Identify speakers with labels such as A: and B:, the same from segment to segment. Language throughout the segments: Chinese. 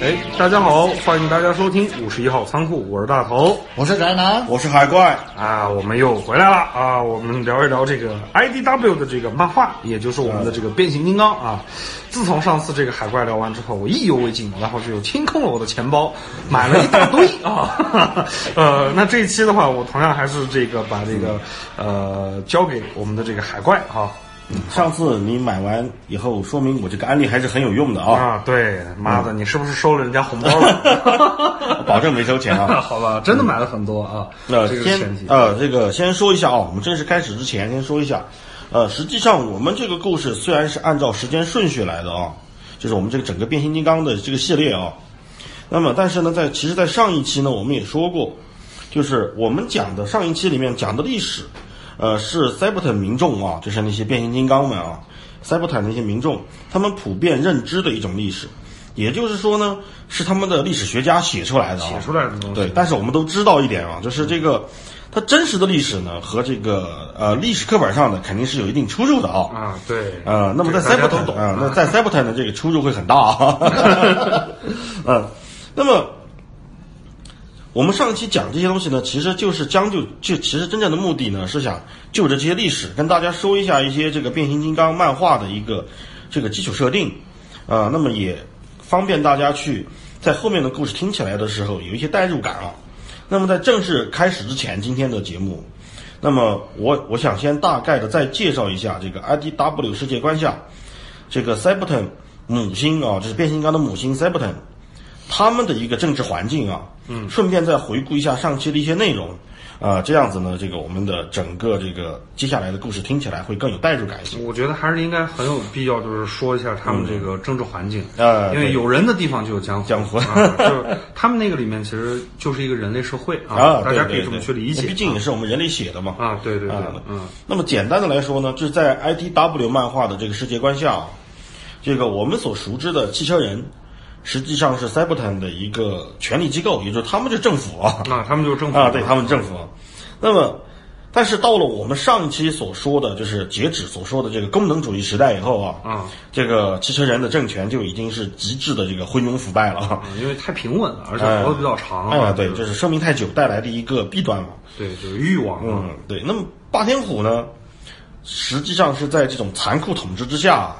A: 哎，大家好，欢迎大家收听五十一号仓库，我是大头
B: 我是宅男，
C: 我是海怪，
A: 啊，我们又回来了啊，我们聊一聊这个 IDW 的这个漫画，也就是我们的这个变形金刚啊。自从上次这个海怪聊完之后，我意犹未尽，然后就清空了我的钱包，买了一大 堆啊。呃，那这一期的话，我同样还是这个把这个呃交给我们的这个海怪啊。
C: 上次你买完以后，说明我这个安利还是很有用的啊，
A: 啊，对，妈的，你是不是收了人家红包了？
C: 保证没收钱 啊。
A: 好吧，真的买了很多啊。
C: 那
A: 这个是
C: 先
A: 前提。
C: 呃，这个先说一下啊，我们正式开始之前先说一下，呃，实际上我们这个故事虽然是按照时间顺序来的啊，就是我们这个整个变形金刚的这个系列啊，那么但是呢，在其实，在上一期呢，我们也说过，就是我们讲的上一期里面讲的历史，呃，是塞伯坦民众啊，就是那些变形金刚们啊，塞伯坦那些民众，他们普遍认知的一种历史。也就是说呢，是他们的历史学家写出来的、啊，
A: 写出来的东西
C: 对，但是我们都知道一
A: 嗯
C: 点啊，就是这个它真实的历史呢和这个呃历史课本上的肯定是有一定出入的啊。
A: 啊，对，
C: 呃，那么在
A: 这个
C: 塞
A: 大家
C: 伯
A: 都
C: 坦
A: 懂
C: 啊，那在塞伯坦的这个出入会很大 啊。嗯，那么我们上一期讲这些东西呢，其实就是将就就其实真正的目的呢，是想就着这些历史跟大家说一下一些这个变形金刚漫画的一个这个基础设定啊、那么也方便大家去在后面的故事听起来的时候有一些代入感啊。那么在正式开始之前，今天的节目，那么我我想先大概的再介绍一下这个 IDW 世界观下这个 c y b e r t o n 母星啊，这是变形金刚的母星 c y b e r t o n 他们的一个政治环境啊，嗯，顺便再回顾一下上期的一些内容，啊、这样子呢，这个我们的整个这个接下来的故事听起来会更有代入感一些。
A: 我觉得还是应该很有必要，就是说一下他们这个政治环境，
C: 呃
A: 因为有人的地方就有江湖，
C: 嗯江湖
A: 啊， 就是他们那个里面其实就是一个人类社会
C: 啊，
A: 大家可
C: 对
A: 以
C: 对
A: 这么
C: 对
A: 去理解，
C: 毕竟也是我们人类写的嘛。
A: 啊，对对对
C: 啊，
A: 嗯，
C: 那么简单的来说呢，就是在 IDW 漫画的这个世界观下啊，这个我们所熟知的汽车人，实际上是 c y b e r t o n 的一个权力机构，也就是他们这政府啊，
A: 那他们就是政府
C: 啊，对他们政府。那么，但是到了我们上一期所说的，就是截止所说的这个功能主义时代以后啊，
A: 啊，
C: 这个汽车人的政权就已经是极致的这个昏庸腐败了啊。
A: 啊因为太平稳了，而且
C: 哎
A: 嗯活得比较长啊
C: 哎呀，对，
A: 就
C: 这
A: 是
C: 是生命太久带来的一个弊端嘛。
A: 对，就是欲望，啊
C: 嗯，对。那么霸天虎呢，实际上是在这种残酷统治之下，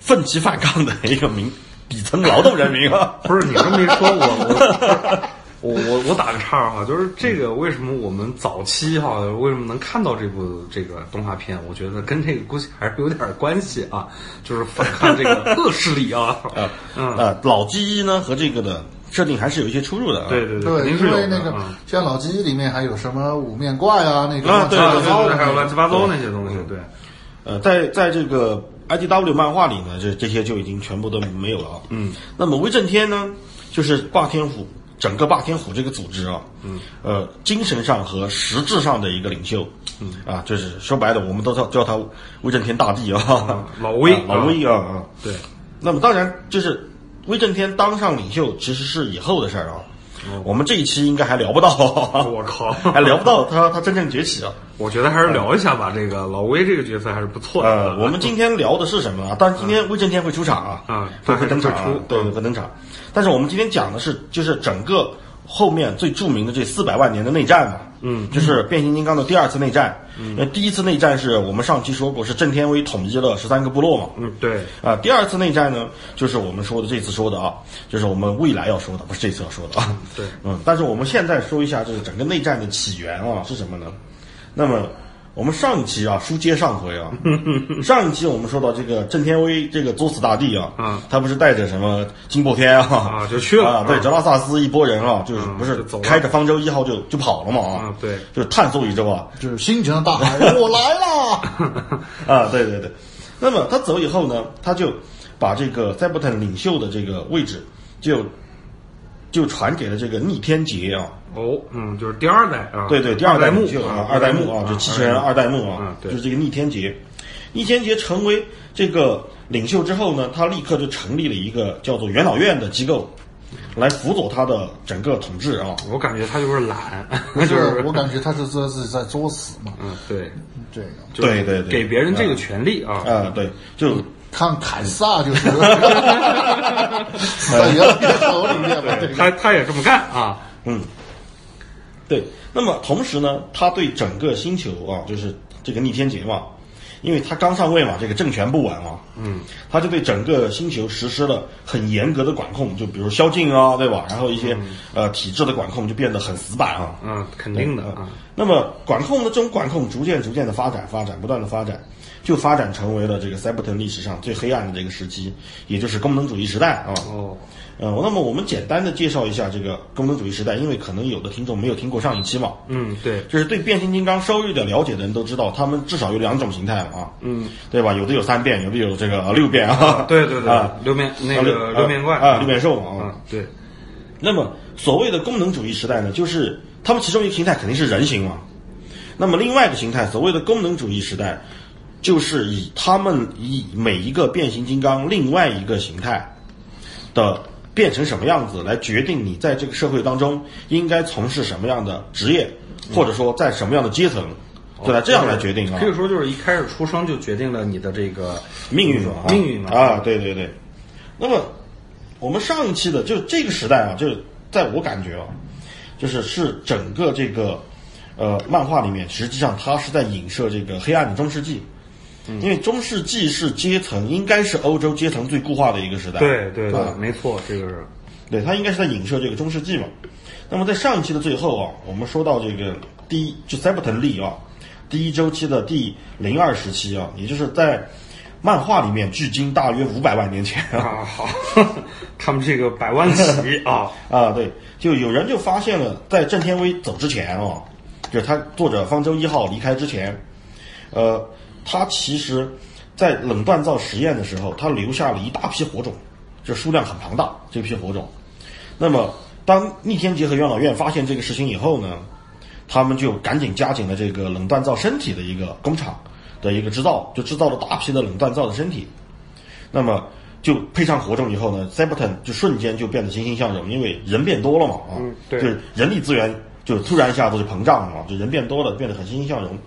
C: 奋起反抗的一个民底层劳动人民啊。
A: 不是你这么一说，我我 我我我打个岔哈，就是这个为什么我们早期哈，为什么能看到这部这个动画片？我觉得跟这个估计还是有点关系啊，就是反抗这个恶势力啊。
C: 呃
A: 嗯
C: 呃，老基一呢和这个的设定还是有一些出入的啊。
A: 对对肯
B: 对，
A: 定是
B: 因
A: 有的
B: 为那个
A: 嗯
B: 像老鸡里面还有什么五面怪啊，那个
C: 啊对
A: 啊
B: 乱
A: 对
B: 七八
A: 对
B: 糟
A: 对，
B: 的
A: 还有乱七八糟那些东西，对，
C: 呃，在在这个 IDW 漫画里呢，这这些就已经全部都没有了啊。嗯，那么威震天呢，就是霸天虎整个霸天虎这个组织啊，嗯，呃，精神上和实质上的一个领袖，嗯，啊，就是说白了，我们都叫叫他威震天大帝 啊，
A: 老威
C: 啊老威啊啊。
A: 对，
C: 那么当然就是威震天当上领袖，其实是以后的事儿啊。我们这一期应该还聊不到，
A: 我靠，
C: 还聊不到他他真正崛起啊。
A: 我觉得还是聊一下吧。这个老威这个角色还是不错的
C: 呃，，我们今天聊的是什么啊？当然，今天威震天会出场啊，
A: 啊
C: 会会登场
A: 他
C: 啊
A: 会出，
C: 对，会登场。但是我们今天讲的是，就是整个后面最著名的这四百万年的内战嘛，嗯，就是变形金刚的第二次内战。嗯，第一次内战是我们上期说过，是震天威统一了十三个部落嘛，
A: 嗯，对，
C: 啊，第二次内战呢，就是我们说的这次说的啊，就是我们未来要说的，不是这次要说的啊。
A: 对，
C: 嗯，但是我们现在说一下，就是整个内战的起源啊是什么呢？那么我们上一期啊，书接上 回啊，上一期我们说到这个震天威这个作死大帝啊，
A: 嗯
C: 他不是带着什么金破天啊
A: 啊就去了
C: 啊，对，
A: 嗯
C: 哲拉萨斯一拨人啊，就是
A: 嗯
C: 不
A: 就是走了
C: 开着方舟一号就就跑了嘛
A: 啊
C: 啊，
A: 对
C: 就是探索宇宙啊，
B: 就是星辰大海， 我来 啦！
C: 啊，对对对。那么他走以后呢，他就把这个塞伯坦领袖的这个位置就就传给了这个逆天劫啊，
A: 哦，嗯，就是第二代啊，
C: 对对，第
A: 二
C: 代
A: 代目
C: 就啊，二代目啊，就机器人二代目
A: 啊
C: 啊，
A: 对
C: 就是这个逆天劫。逆天劫成为这个领袖之后呢，他立刻就成立了一个叫做元老院的机构，来辅佐他的整个统治啊。
A: 我感觉他就是懒，
B: 不，
A: 就是
B: 我感觉他是在自己在作死嘛，
A: 嗯，对，
B: 这个。
A: 就是
C: 对对对呃
A: 给别人这个权利啊，
C: 啊、对，就
B: 看凯撒 就是死在原来的手里面吧，这个
A: 他他也这么干啊，
C: 嗯，对。那么同时呢，他对整个星球啊，就是这个逆天劫嘛，因为他刚上位嘛，这个政权不稳嘛，嗯，他就对整个星球实施了很严格的管控，就比如宵禁啊，对吧？然后一些、呃体制的管控就变得很死板啊，
A: 嗯，肯定的啊，
C: 那么管控的这种管控逐渐逐渐的发展，发展不断的发展，就发展成为了这个塞伯腾历史上最黑暗的这个时期，也就是功能主义时代啊。
A: 哦，
C: 呃，那么我们简单的介绍一下这个功能主义时代，因为可能有的听众没有听过上一期嘛。
A: 嗯，对，
C: 就是对变形金刚稍有点了解的人都知道，他们至少有两种形态了啊，嗯，对吧？有的有三变，有的有这个呃六变啊，
A: 对对对
C: 啊，，
A: 六面那
C: 啊
A: 个六面怪
C: 啊，六面兽嘛啊
A: 啊，，对，
C: 那么所谓的功能主义时代呢，就是他们其中一个形态肯定是人形嘛。那么另外一个形态，所谓的功能主义时代，就是以他们以每一个变形金刚另外一个形态的变成什么样子，来决定你在这个社会当中应该从事什么样的职业，或者说在什么样的阶层，对吧？这样来决定啊。
A: 可以说就是一开始出生就决定了你的这个
C: 命运嘛，
A: 命运嘛，
C: 啊，对对对。那么我们上一期的就这个时代啊，就是在我感觉啊，就是是整个这个呃漫画里面，实际上它是在影射这个黑暗的中世纪，
A: 嗯
C: 因为中世纪是阶层，应该是欧洲阶层最固化的一个时代，
A: 对对对
C: 啊，
A: 没错，这个是，
C: 对，它应该是在影射这个中世纪嘛。那么在上一期的最后啊，我们说到这个第一就塞伯腾利啊，第一周期的第零二时期啊，也就是在漫画里面，距今大约五百万年前啊
A: 啊，好， 他们这个百万起 啊，
C: 啊，对，就有人就发现了，在郑天威走之前哦，就是他作者方舟一号离开之前，呃，他其实，在冷锻造实验的时候，他留下了一大批火种，这数量很庞大，这批火种。那么，当逆天劫和元老院发现这个事情以后呢，他们就赶紧加紧了这个冷锻造身体的一个工厂的一个制造，就制造了大批的冷锻造的身体。那么就配上火种以后呢 s a b a t o n 就瞬间就变得欣欣向荣，因为人变多了嘛啊，
A: 嗯对
C: 就是人力资源就突然一下子就膨胀了嘛，就人变多了，变得很欣欣向荣。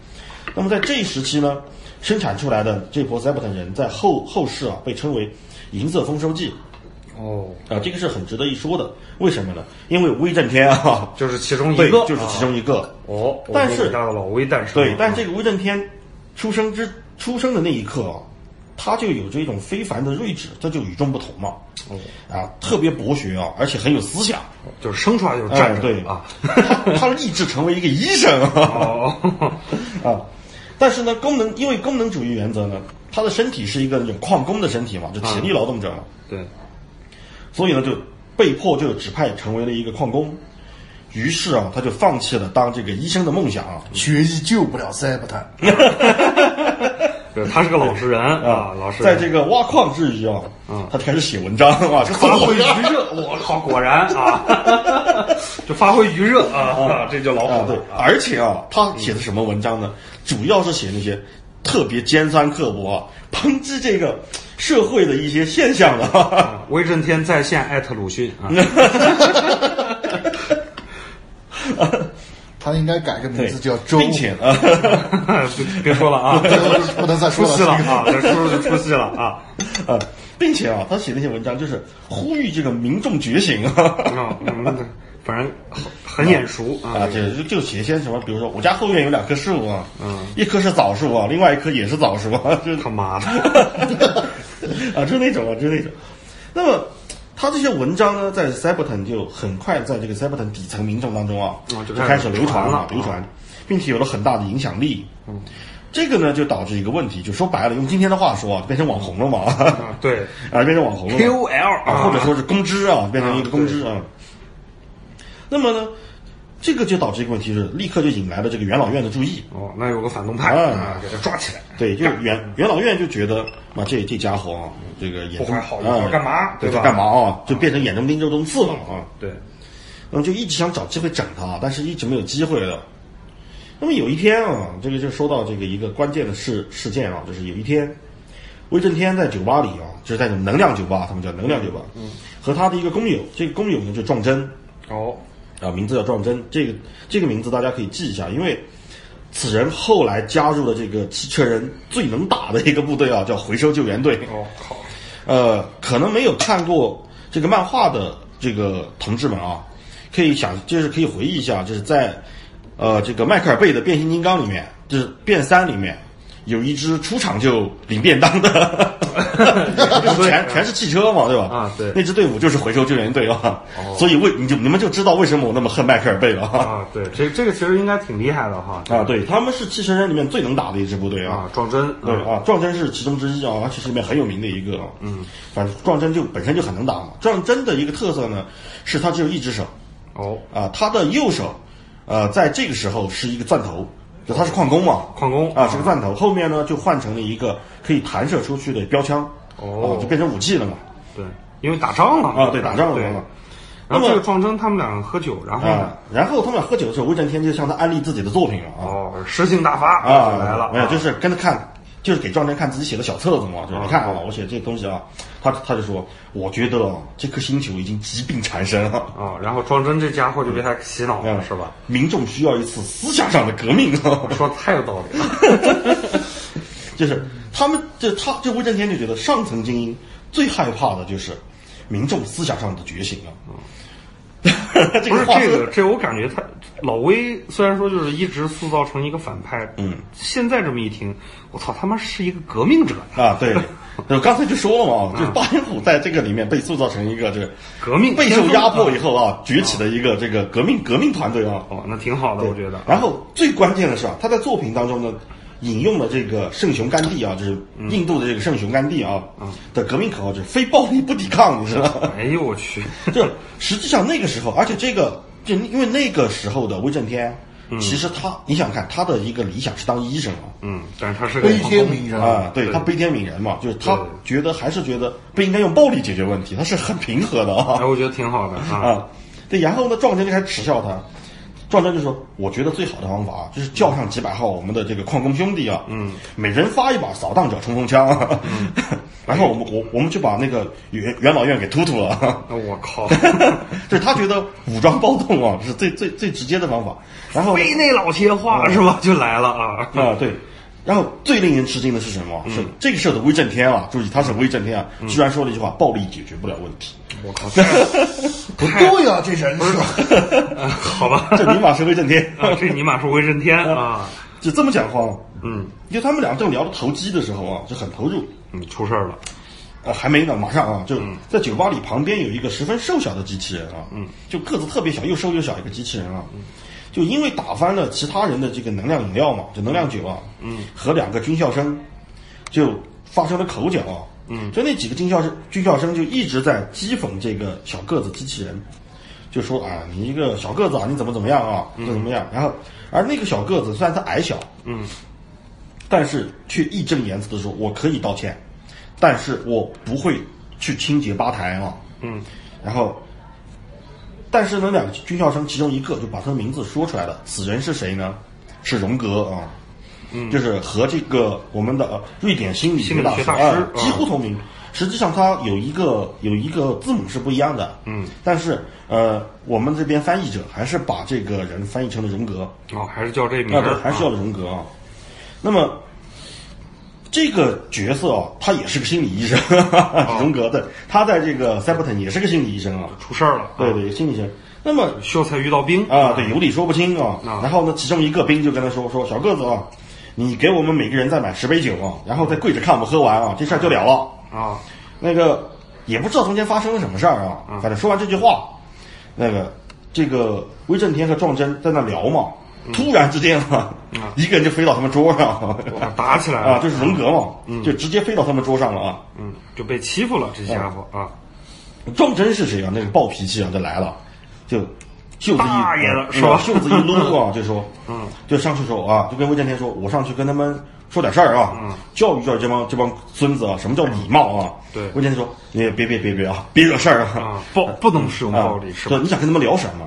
C: 那么在这一时期呢，生产出来的这波 s a b a t o n 人在后后世啊被称为“银色丰收季”。
A: 哦，
C: 啊，这个是很值得一说的，为什么呢？因为威震天啊，
A: 就是其中一
C: 对
A: 个，，啊
C: 就是其中一个，
A: 哦，
C: 但
A: 我
C: 是
A: 们伟大的老威诞生了，
C: 对，但这个威震天出生之出生的那一刻啊，他就有这种非凡的睿智，这就与众不同嘛。啊，特别博学啊，而且很有思想。
A: 就是生出来就是
C: 哎
A: 站，着
C: 对
A: 的啊，，
C: 他他立志成为一个医 生啊
A: 哦，
C: 啊。但是呢，功能因为功能主义原则呢，他的身体是一个那种矿工的身体嘛，就体力劳动者嘛，
A: 对，
C: 所以呢就被迫就指派成为了一个矿工。于是啊，他就放弃了当这个医生的梦想啊，
B: 学医救不了塞伯坦，
A: 对，他是个老实人啊，老嗯实
C: 呃在
A: 人，
C: 这个挖矿之余啊，他就开始写 文章啊，就
A: 发
C: 发
A: 挥
C: 挥
A: 余热， 我靠，果然啊，就发挥余热啊，这就老
C: 啊，
A: 虎
C: 对
A: 了，啊，
C: 而且啊，他写的什么文章呢？主要是写那些特别尖酸刻薄啊，抨击这个社会的一些现象的。
A: 啊威震天在线艾特鲁迅啊，
B: 他应该改个名
C: 对
B: 字叫，周，
C: 并且啊呢，
A: 别别说了啊，
B: 不能再
A: 出
B: 说
A: 戏了
B: 了。
A: 啊， 这出就出戏了啊，
C: 呃， 并且啊，他写那些文章就是呼吁这个民众觉醒啊。
A: 啊，嗯反正很很眼熟啊
C: 啊，，就就就写一些什么，比如说我家后院有两棵树啊，
A: 嗯，
C: 一棵是枣树啊，另外一棵也是枣树啊， 就是
A: 他妈的，
C: 啊，就是那种啊，就是那种。那么，他这些文章呢，在 s a b e r t o n 就很快在这个 s a b e r t o n 底层民众当中啊，
A: 啊就
C: 就
A: 开
C: 开
A: 始
C: 始流传
A: 传了
C: 流
A: 啊
C: 传，并且有了很大的影响力。嗯，这个呢，就导致一个问题，就说白了，用今天的话说啊，变成网红了嘛，
A: 啊对
C: 啊，变成网红了嘛
A: QL
C: 啊，或者说是公知啊，变成一个公知
A: 啊
C: 啊。那么呢，这个就导致一个问题，就是立刻就引来了这个元老院的注意。
A: 哦，那有个反动派
C: 啊
A: 啊，给他抓起来，
C: 对，就是元元老院就觉得啊，这这家伙啊，这个眼
A: 不
C: 中
A: 怀好意
C: 啊
A: 干嘛
C: 对
A: 对吧
C: 干嘛啊？就变成眼中钉、肉中刺了啊！
A: 对，
C: 那么就一直想找机会整他，但是一直没有机会了。那么有一天啊，这个就说到这个一个关键的事事件啊，就是有一天，威震天在酒吧里啊，就是在那种能量酒吧，他们叫能量酒吧，嗯，和他的一个工友，这个工友呢就撞针，
A: 哦，
C: 啊，名字叫撞针，这个这个名字大家可以记一下，因为此人后来加入了这个汽车人最能打的一个部队啊，叫回收救援队。
A: 哦，靠，
C: 呃，可能没有看过这个漫画的这个同志们啊，可以想就是可以回忆一下，就是在呃这个迈克尔贝的《变形金刚》里面，就是变三里面。有一只出场就领便当 的，就是全全是汽车嘛，对吧？
A: 啊对
C: 那支队伍就是回收救援队啊，所以为你就你们就知道为什么我那么恨迈克尔贝了啊
A: 啊，对，这这个其实应该挺厉害的哈。
C: 啊！对，他们是汽车人里面最能打的一支部队啊，
A: 啊，撞针，
C: 对
A: 嗯
C: 啊，撞针是其中之一啊，而且是里面很有名的一个啊。嗯，反正撞针就本身就很能打嘛。撞针的一个特色呢，是它只有一只手
A: 哦，
C: 啊，它的右手，呃，在这个时候是一个钻头，就它是矿工嘛，
A: 矿工
C: 啊是个钻头，后面呢就换成了一个可以弹射出去的标枪，
A: 哦
C: 啊就变成武器了嘛。
A: 对，因为打仗了
C: 啊，对，打仗了
A: 对
C: 嘛。
A: 然后
C: 那么
A: 这个撞针，他们俩喝酒，然后呢
C: 啊，，然后他们俩喝酒的时候，威震天就向他安利自己的作品了啊。
A: 哦，诗性大发
C: 啊，
A: 就来了，
C: 没有，就是是跟他看，就是给壮真看自己写的小册子嘛，就是
A: 啊
C: 你看啊，我写这东西啊，他他就说，我觉得啊这颗星球已经疾病缠身了，
A: 啊，然后撞针这家伙就被他洗脑了，
C: 嗯
A: 是吧？
C: 民众需要一次思想上的革命啊，
A: 说的太有道理了，
C: 就是他们就他就威震天就觉得上层精英最害怕的就是民众思想上的觉醒啊。 这
A: 嗯不
C: 个
A: 是
C: 话
A: 这
C: 说
A: 个，这我感觉他老威虽然说就是一直塑造成一个反派，嗯，现在这么一听，我操，他妈是一个革命者呀，
C: 啊， 对，我刚才就说了嘛，就是霸天虎在这个里面被塑造成一个就是
A: 啊革命
C: 备受
A: 先锋
C: 压迫以后啊崛起的一个这个革命革命团队啊。
A: 哦，那挺好的，我觉得。
C: 然后最关键的是啊，他在作品当中呢，引用了这个圣雄甘地啊，就是
A: 嗯
C: 印度的这个圣雄甘地啊的革命口号，就是非暴力不抵抗，你知道吗？
A: 哎呦我去，
C: 就实际上那个时候，而且这个就因为那个时候的威震天，其实他你想看他的一个理想是当医生啊。
A: 嗯，但是他是个
B: 悲
A: 矿
B: 天
A: 工
B: 悯人
C: 啊，对
A: 对
C: 他悲天悯人嘛，就是他
A: 对
C: 觉得还是觉得不应该用暴力解决问题，他是很平和的啊
A: 哎，我觉得挺好的啊。
C: 啊，对，然后呢，壮真就开始耻笑他，壮真就说：“我觉得最好的方法啊，就是叫上几百号我们的这个矿工兄弟啊，嗯，每人发一把扫荡者冲锋枪啊， 然后我们我我们就把那个元元老院给突突了。”
A: 那我靠，
C: 就是他觉得武装暴动啊是最最最直接的方法，然后呢
A: 非内老邪话是吧？就来了啊。
C: 啊，对。然后最令人吃惊的是什么？是这个事儿的威震天啊，注意他是威震天啊，居然说了一句话：暴力解决不了问题。
A: 我靠，
B: 不对啊，这人是
A: 啊好吧，
C: 这尼玛是威震天
A: 啊这尼玛是威震天
C: 嗯
A: 啊。
C: 就这么讲话吗？
A: 嗯
C: 就他们俩正聊着投机的时候啊，就很投入。
A: 嗯，出事儿了。
C: 呃，还没呢，马上啊，就在酒吧里旁边有一个十分瘦小的机器人啊，嗯，就个子特别小，又瘦又小一个机器人啊，就因为打翻了其他人的这个能量饮料嘛，就能量酒啊，嗯，和两个军校生就发生了口角啊，嗯，就那几个军校生军校生就一直在讥讽这个小个子机器人，就说啊，你一个小个子啊，你怎么怎么样啊，怎么怎么样，然后而那个小个子虽然他矮小，但是却义正言辞的说：“我可以道歉，但是我不会去清洁吧台啊。”
A: 嗯，
C: 然后，但是呢，两个军校生其中一个就把他的名字说出来了。此人是谁呢？是荣格啊，嗯，就是和这个我们的呃瑞典心理
A: 心理
C: 大
A: 学
C: 师
A: 大
C: 啊
A: 师
C: 几乎
A: 啊
C: 同名。实际上，它有一个有一个字母是不一样的，嗯，但是呃，我们这边翻译者还是把这个人翻译成了荣格，
A: 哦，还是叫这名
C: 啊，对
A: 儿，，
C: 还是要荣格啊。那么这个角色啊，他也是个心理医生，荣格的，他在这个塞伯坦也是个心理医生啊，
A: 出事儿了。
C: 对，对，心理医生。那么
A: 秀才遇到兵
C: 啊，对，有理说不清啊
A: 啊。
C: 然后呢，其中一个兵就跟他说说小个子啊，你给我们每个人再买十杯酒啊，然后再跪着看我们喝完啊，这事儿就了了。
A: 啊，
C: 那个也不知道中间发生了什么事儿
A: 嗯
C: 啊，反正说完这句话，那个这个威震天和壮真在那聊嘛，
A: 嗯
C: 突然之间啊，一个人就飞到他们桌上
A: 哇打起来了
C: 啊，就是荣格嘛，就直接飞到他们桌上了啊。
A: 嗯，就被欺负了，这家伙啊，
C: 壮真是
A: 嗯
C: 谁啊？那个暴脾气啊，就来了，就袖子
A: 大
C: 一
A: 爷了
C: 嗯
A: 是吧
C: 袖子一撸 啊，就说，嗯，就上去说啊，就跟魏建天说，我上去跟他们说点事儿啊，
A: 嗯
C: 教育教育这帮这帮孙子啊，什么叫礼貌啊？
A: 对
C: 魏建天说，你别别别别啊，别惹事儿啊
A: 啊，，暴不能使用
C: 啊
A: 暴力是吧
C: 对，？你想跟他们聊什么？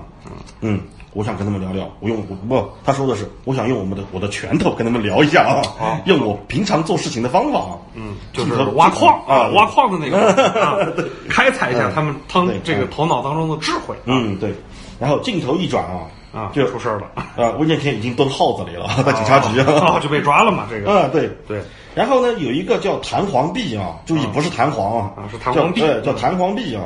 C: 嗯，我想跟他们聊聊，我用我不，他说的是，我想用我们的我的拳头跟他们聊一下啊，用我平常做事情的方法啊，嗯
A: 就是挖矿
C: 啊，
A: 挖矿的那个，啊开采一下他们当
C: 对
A: 这个
C: 嗯
A: 头脑当中的智慧。
C: 嗯，对。然后镜头一转啊，
A: 啊，哦
C: 就
A: 出事儿了
C: 啊，温建天已经蹲耗子里了，在警察局
A: 啊，就被抓了嘛，这个
C: 啊，对
A: 对。
C: 然后呢，有一个叫弹簧臂啊，注意不是弹簧啊，
A: 啊是弹簧臂
C: 叫,、呃、叫弹簧臂啊。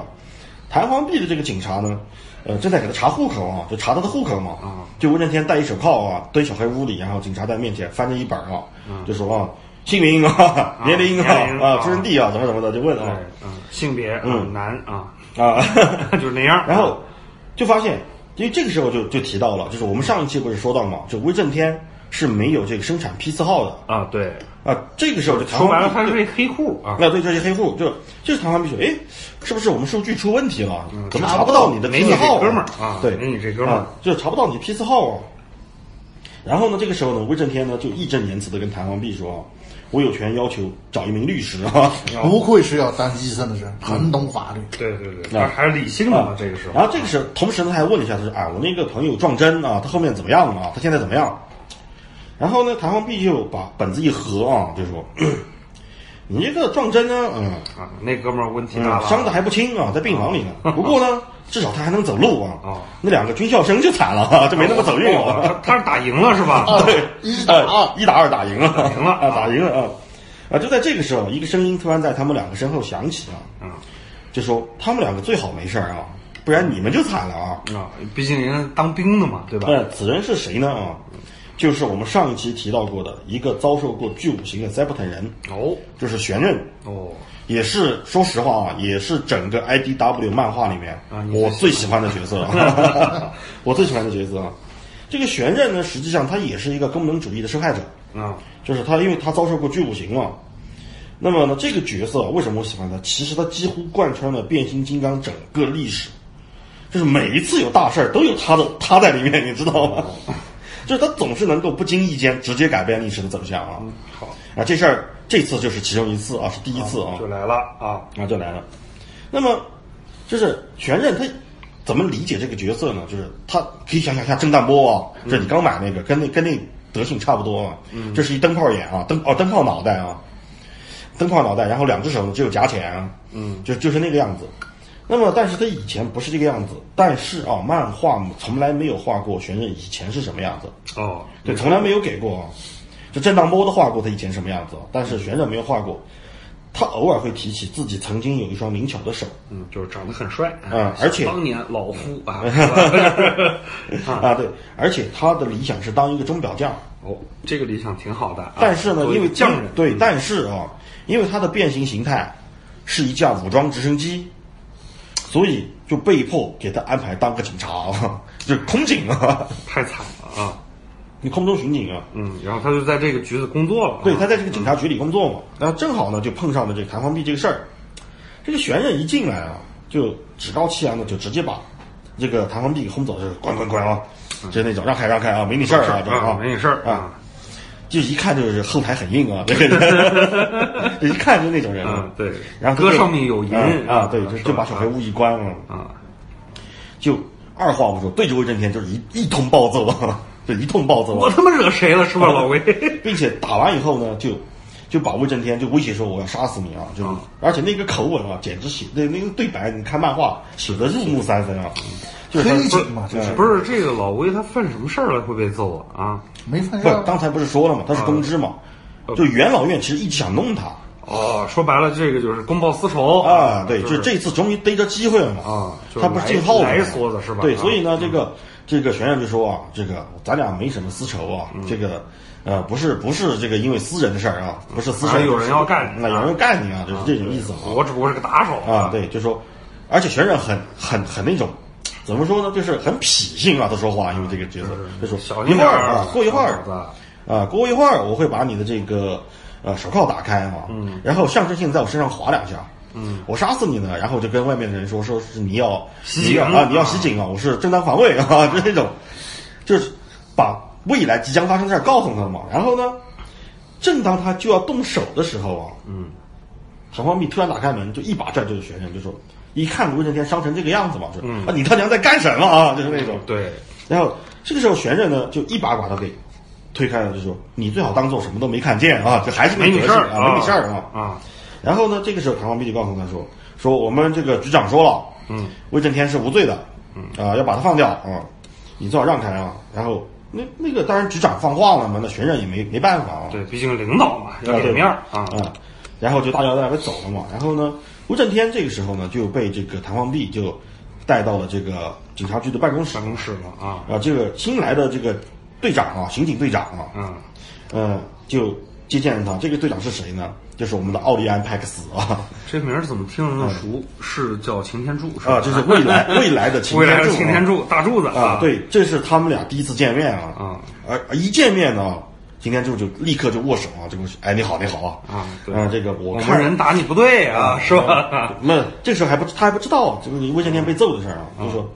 C: 弹簧臂的这个警察呢，呃，正在给他查户口啊，就查他的户口嘛。
A: 啊，
C: 就温震天戴一手铐啊，蹲小黑屋里，然后警察在面前翻着一本啊，就说啊，姓名啊， 年龄啊，
A: 年龄
C: 啊
A: 啊，
C: 出生地啊，怎么怎么的，就问
A: 对
C: 啊，
A: 嗯，性别嗯男啊，
C: 啊，
A: 就是那样。
C: 然后就发现，因为这个时候就就提到了，就是我们上一期不是说到嘛，就威震天是没有这个生产批次号的
A: 啊，对，
C: 啊，这个时候就弹
A: 说
C: 簧
A: 白了，
C: 臂
A: 他是一黑户啊，
C: 那对这些黑户就就是弹簧臂说，哎，是不是我们数据出问题了？怎么
A: 查
C: 查不
A: 嗯不
C: 到
A: 到
C: 你的
A: 没
C: 批次
A: 你这
C: 号、
A: 哥们儿啊
C: 对，
A: 没你这哥们儿
C: 啊就查不到你批次号啊。然后呢，这个时候呢，威震天呢就义正言辞的跟弹簧臂说，我有权要求找一名律师 啊。
B: 不愧是要当医生的人，很懂法律。
A: 嗯对对对，
C: 啊
A: 他还是理性 的嘛，啊这个时候
C: 然后这个时候，同时呢，他还问了一下，他说：“啊，我那个朋友撞针啊，他后面怎么样啊？他现在怎么样？”然后呢，谭黄碧就把本子一合啊，就说：“ 你这个撞针呢，嗯，
A: 啊，那哥们儿问题
C: 嗯
A: 大了，
C: 伤的还不轻啊，在病房里呢。不过呢，至少他还能走路啊。
A: 嗯哦
C: 那两个军校生就惨了 啊，就没那么走运了。
A: 哦他他是打赢了是吧？
B: 对，一打
C: 啊
A: 哎
B: 二，
C: 一打二打赢了，打
A: 赢了
C: 啊，打赢了啊！啊，就在这个时候，一个声音突然在他们两个身后响起啊，
A: 嗯
C: 就说他们两个最好没事儿啊，不然你们就惨了啊。
A: 啊，毕竟人家当兵的嘛，对吧？
C: 那此人是谁呢？啊，就是我们上一期提到过的一个遭受过巨五行的塞伯坦人，
A: 哦
C: 就是玄刃，
A: 哦，
C: 也是说实话啊，也是整个 IDW 漫画里面、
A: 啊你最喜欢
C: 我最喜欢的角色了， 我最喜欢的角色啊。这个玄刃呢，实际上他也是一个功能主义的受害者，
A: 啊
C: 就是他因为他遭受过巨五行嘛。那么呢，这个角色啊为什么我喜欢他？其实他几乎贯穿了变形金刚整个历史，就是每一次有大事儿都有他的他在里面，你知道吗？就是他总是能够不经意间直接改变历史的走向啊！
A: 好，
C: 啊，这事儿这次就是其中一次啊，是第一次啊，
A: 就来了啊，
C: 啊就来了。那么就是玄任他怎么理解这个角色呢？就是他可以想想像震荡波啊，这你刚买那个跟那跟那德性差不多啊，这是一灯泡眼啊，灯哦灯泡脑袋啊，灯泡脑袋，然后两只手呢只有甲钳啊，嗯，就就是那个样子。那么，但是他以前不是这个样子，但是啊，漫画从来没有画过玄任以前是什么样子，
A: 哦，
C: 对，从来没有给过啊。就震荡波都画过他以前什么样子啊，但是玄任没有画过。他偶尔会提起自己曾经有一双灵巧的手
A: 嗯，就是长得很帅哎
C: 嗯而且
A: 当年老夫啊， 是吧啊
C: 啊，对，而且他的理想是当一个钟表匠，
A: 哦，这个理想挺好的啊，
C: 但是呢，
A: 作为
C: 因为
A: 匠人
C: 对，但是啊，因为他的变形形态是一架武装直升机，所以就被迫给他安排当个警察啊， 就是空警啊，
A: 太惨了啊，
C: 你空中巡警啊，
A: 嗯，然后他就在这个局子工作了啊，
C: 对，他在这个警察局里工作嘛，然后正好呢就碰上了这个弹簧臂这个事儿。这个玄任一进来啊，就趾高气扬的就直接把这个弹簧臂给轰走，就是滚滚滚啊，就是那种让开让开啊，没你事儿啊，这个
A: 啊
C: 啊，
A: 嗯没你事儿
C: 啊，，就一看就是后台很硬啊， 这个人，就一看就那种人啊
A: 嗯，对
C: 然后
A: 歌
C: 就
A: 上面有银
C: 嗯啊，对，就就把
A: 是
C: 小
A: 吧
C: 黑屋一关啊，
A: 啊，
C: 就二话不说对着魏震天就是一一通暴揍，啊， 就一通暴揍啊。
A: 我他妈惹谁了是吧，老 魏？
C: 并且打完以后呢，就就把魏震天就威胁说我要杀死你啊！就是、
A: 啊
C: 而且那个口吻啊，简直写那那个对白，你看漫画写的入木三分啊，
A: 嗯
C: 就是他
B: 黑警嘛，这是
A: 不是这个老魏他犯什么事儿了会被揍啊？啊，嗯
B: 没犯事
C: 不
B: 儿。
C: 刚才不是说了嘛，他是公知嘛，就元老院其实一直想弄他
A: 哦，说白了这个就是公报私仇
C: 啊，对，
A: 哦就是
C: 就这次终于逮着机会了嘛
A: 啊就是
C: 他不是进耗子
A: 来来
C: 嘛
A: 梭子是吧
C: 对，
A: 啊
C: 所以呢，这个这个玄任就说啊，这个咱俩没什么私仇啊，
A: 嗯
C: 这个。呃，不是不是这个因为私人的事儿啊，不是私
A: 反
C: 事，
A: 正有人要干你
C: 那有人要干你啊，就是这种意思啊。
A: 我只不过是个打手
C: 啊，，对，就说，而且玄任很很很那种，怎么说呢，就是很痞性啊，他说话，因为这个角色，就说
A: 小
C: 嗯一
A: 心
C: 会
A: 点
C: 儿
A: 儿
C: 啊，过一会儿
A: 小伙
C: 啊，过一会儿我会把你的这个呃手铐打开啊，嗯，然后象征性在我身上划两下。嗯，我杀死你呢，然后就跟外面的人说，说是你要
A: 袭
C: 你要
A: 警
C: 啊，你要袭警啊，我是正当防卫啊， 就这种，就是把未来即将发生的事儿告诉他嘛。然后呢，正当他就要动手的时候啊，
A: 嗯，
C: 唐方密突然打开门，就一把拽住玄任，就说：“一看吴震天伤成这个样子嘛，就、
A: 嗯
C: 啊，你他娘在干什么啊？”就是那种。
A: 对，
C: 然后这个时候玄任呢，就一把把他给推开了，就说：“你最好当做什么都没看见啊，这还是那
A: 没你
C: 德
A: 事
C: 行
A: 儿
C: 啊，没你事儿啊。
A: 啊，
C: 然后呢，这个时候唐方密就告诉他说：“说我们这个局长说了，嗯，魏震天是无罪的，嗯，啊、要把他放掉啊。你最好让开啊。然后那那个当然局长放话了嘛，那学生也没没办法啊。
A: 对，毕竟领导嘛，要
C: 对
A: 给面儿啊。
C: 嗯，然后就大摇大摆走了嘛。然后呢，吴震天这个时候呢就被这个谭光弼就带到了这个警察局的办公室
A: 办。公室嘛啊，
C: 啊，这个新来的这个队长啊，刑警队长啊，
A: 嗯，
C: 嗯，就接见了他。这个队长是谁呢？就是我们的奥利安·派克斯啊，
A: 这名儿怎么听着那么熟？是叫擎天柱是吧？
C: 啊，这是未 来未来的擎
A: 未来
C: 天
A: 的
C: 柱，
A: 擎天柱大柱子
C: 啊，对，这是他们俩第一次见面啊，
A: 啊，
C: 而而一见面呢，擎天柱就立刻就握手啊，这个哎你好你好啊，
A: 啊对
C: 嗯这个我
A: 我
C: 看
A: 们人打你不对啊，是吧？
C: 那这时候还不他还不知道啊这个魏震天被揍的事儿啊，就说，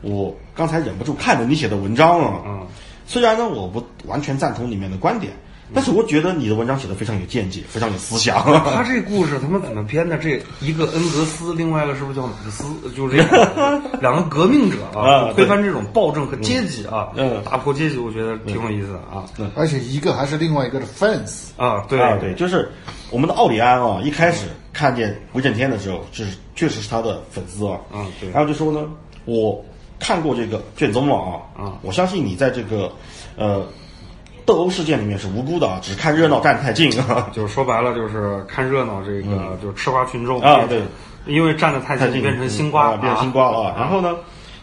C: 我刚才忍不住看了你写的文章啊，
A: 嗯
C: 虽然呢我不完全赞同里面的观点，
A: 嗯
C: 但是我觉得你的文章写的非常有见解，非常有思想。
A: 他这故事他妈怎么编的？这一个恩格斯，另外一个是不是叫马克思？就是这 个两个革命者啊，
C: 啊
A: 推
C: 对
A: 翻这种暴政和阶级啊，
C: 嗯
A: 打破阶级，我觉得挺有意思的啊
B: 而且一个还是另外一个的 fans，
A: 啊， 对嗯
C: 啊，对，就是我们的奥里安啊，一开始看见韦震天的时候，就是确实是他的粉丝啊。
A: 嗯对
C: 然后就说呢，我看过这个卷宗了啊，
A: 嗯
C: 我相信你在这个呃斗殴事件里面是无辜的啊，只是看热闹站得太近啊。
A: 就是说白了，就是看热闹这个，就是吃瓜群众
C: 嗯啊对，
A: 因为站得太
C: 太
A: 近
C: 近
A: 变成新瓜
C: 啊，
A: 了，
C: 变成新瓜了啊。然后呢，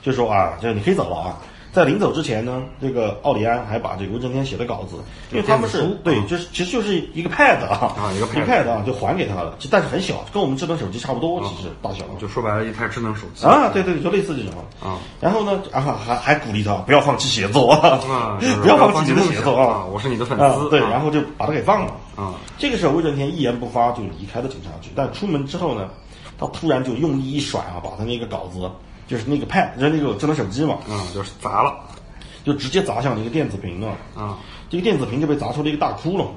C: 就说啊，这你可以走了啊。在临走之前呢，这个奥里安还把这个文正天写的稿子，因为他们是
A: 电子书
C: 对
A: 啊，
C: 就是其实就是一个 pad 啊，
A: 啊一个 pad
C: 啊，就还给他了，就但是很小，跟我们智能手机差不多，其实大小
A: 啊就说白了，一台智能手机
C: 啊，对对，就类似这种
A: 啊。
C: 然后呢，啊还还鼓励他不要放弃写作啊
A: 啊，就是，
C: 不要
A: 我
C: 放弃
A: 你
C: 你
A: 的
C: 的
A: 写
C: 作
A: 啊，
C: 啊。
A: 我是你的粉
C: 啊
A: 丝，
C: 对，
A: 啊
C: 然后就把他给放了
A: 啊。
C: 这个时候，魏正天一言不发就离开了警察局。但出门之后呢，他突然就用力一甩啊，把他那个稿子，就是那个 pad，就是那个智能手机嘛，
A: 嗯，就是砸了
C: 就直接砸向了一个电子屏啊。
A: 啊，
C: 这个电子屏就被砸出了一个大窟窿。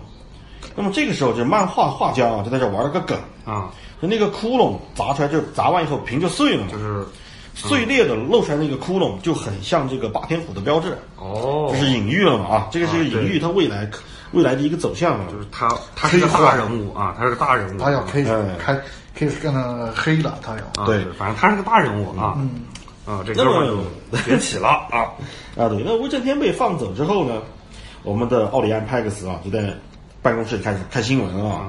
C: 那么这个时候，就是漫画画家啊，就在这玩了个梗，
A: 啊，
C: 就那个窟窿砸出来，就砸完以后屏就碎了嘛
A: 就。是
C: 碎裂的露出来那个窟窿，就很像这个霸天虎的标志，
A: 哦，
C: 这是隐喻了嘛啊？这个是一个隐喻，它未来未来的一个走向啊。
A: 就是他，他是个大人物啊，他是个大人物，
B: 他要 case
C: 嗯
B: 开 case 干了黑了，他要
A: 啊，
C: 对嗯
A: 反正他是个大人物啊，啊，这哥们
C: 那么
A: 儿就崛起了啊，
C: 啊，对，那威震天被放走之后呢，我们的奥里安派克斯啊就在办公室里开始看新闻
A: 嗯
C: 啊。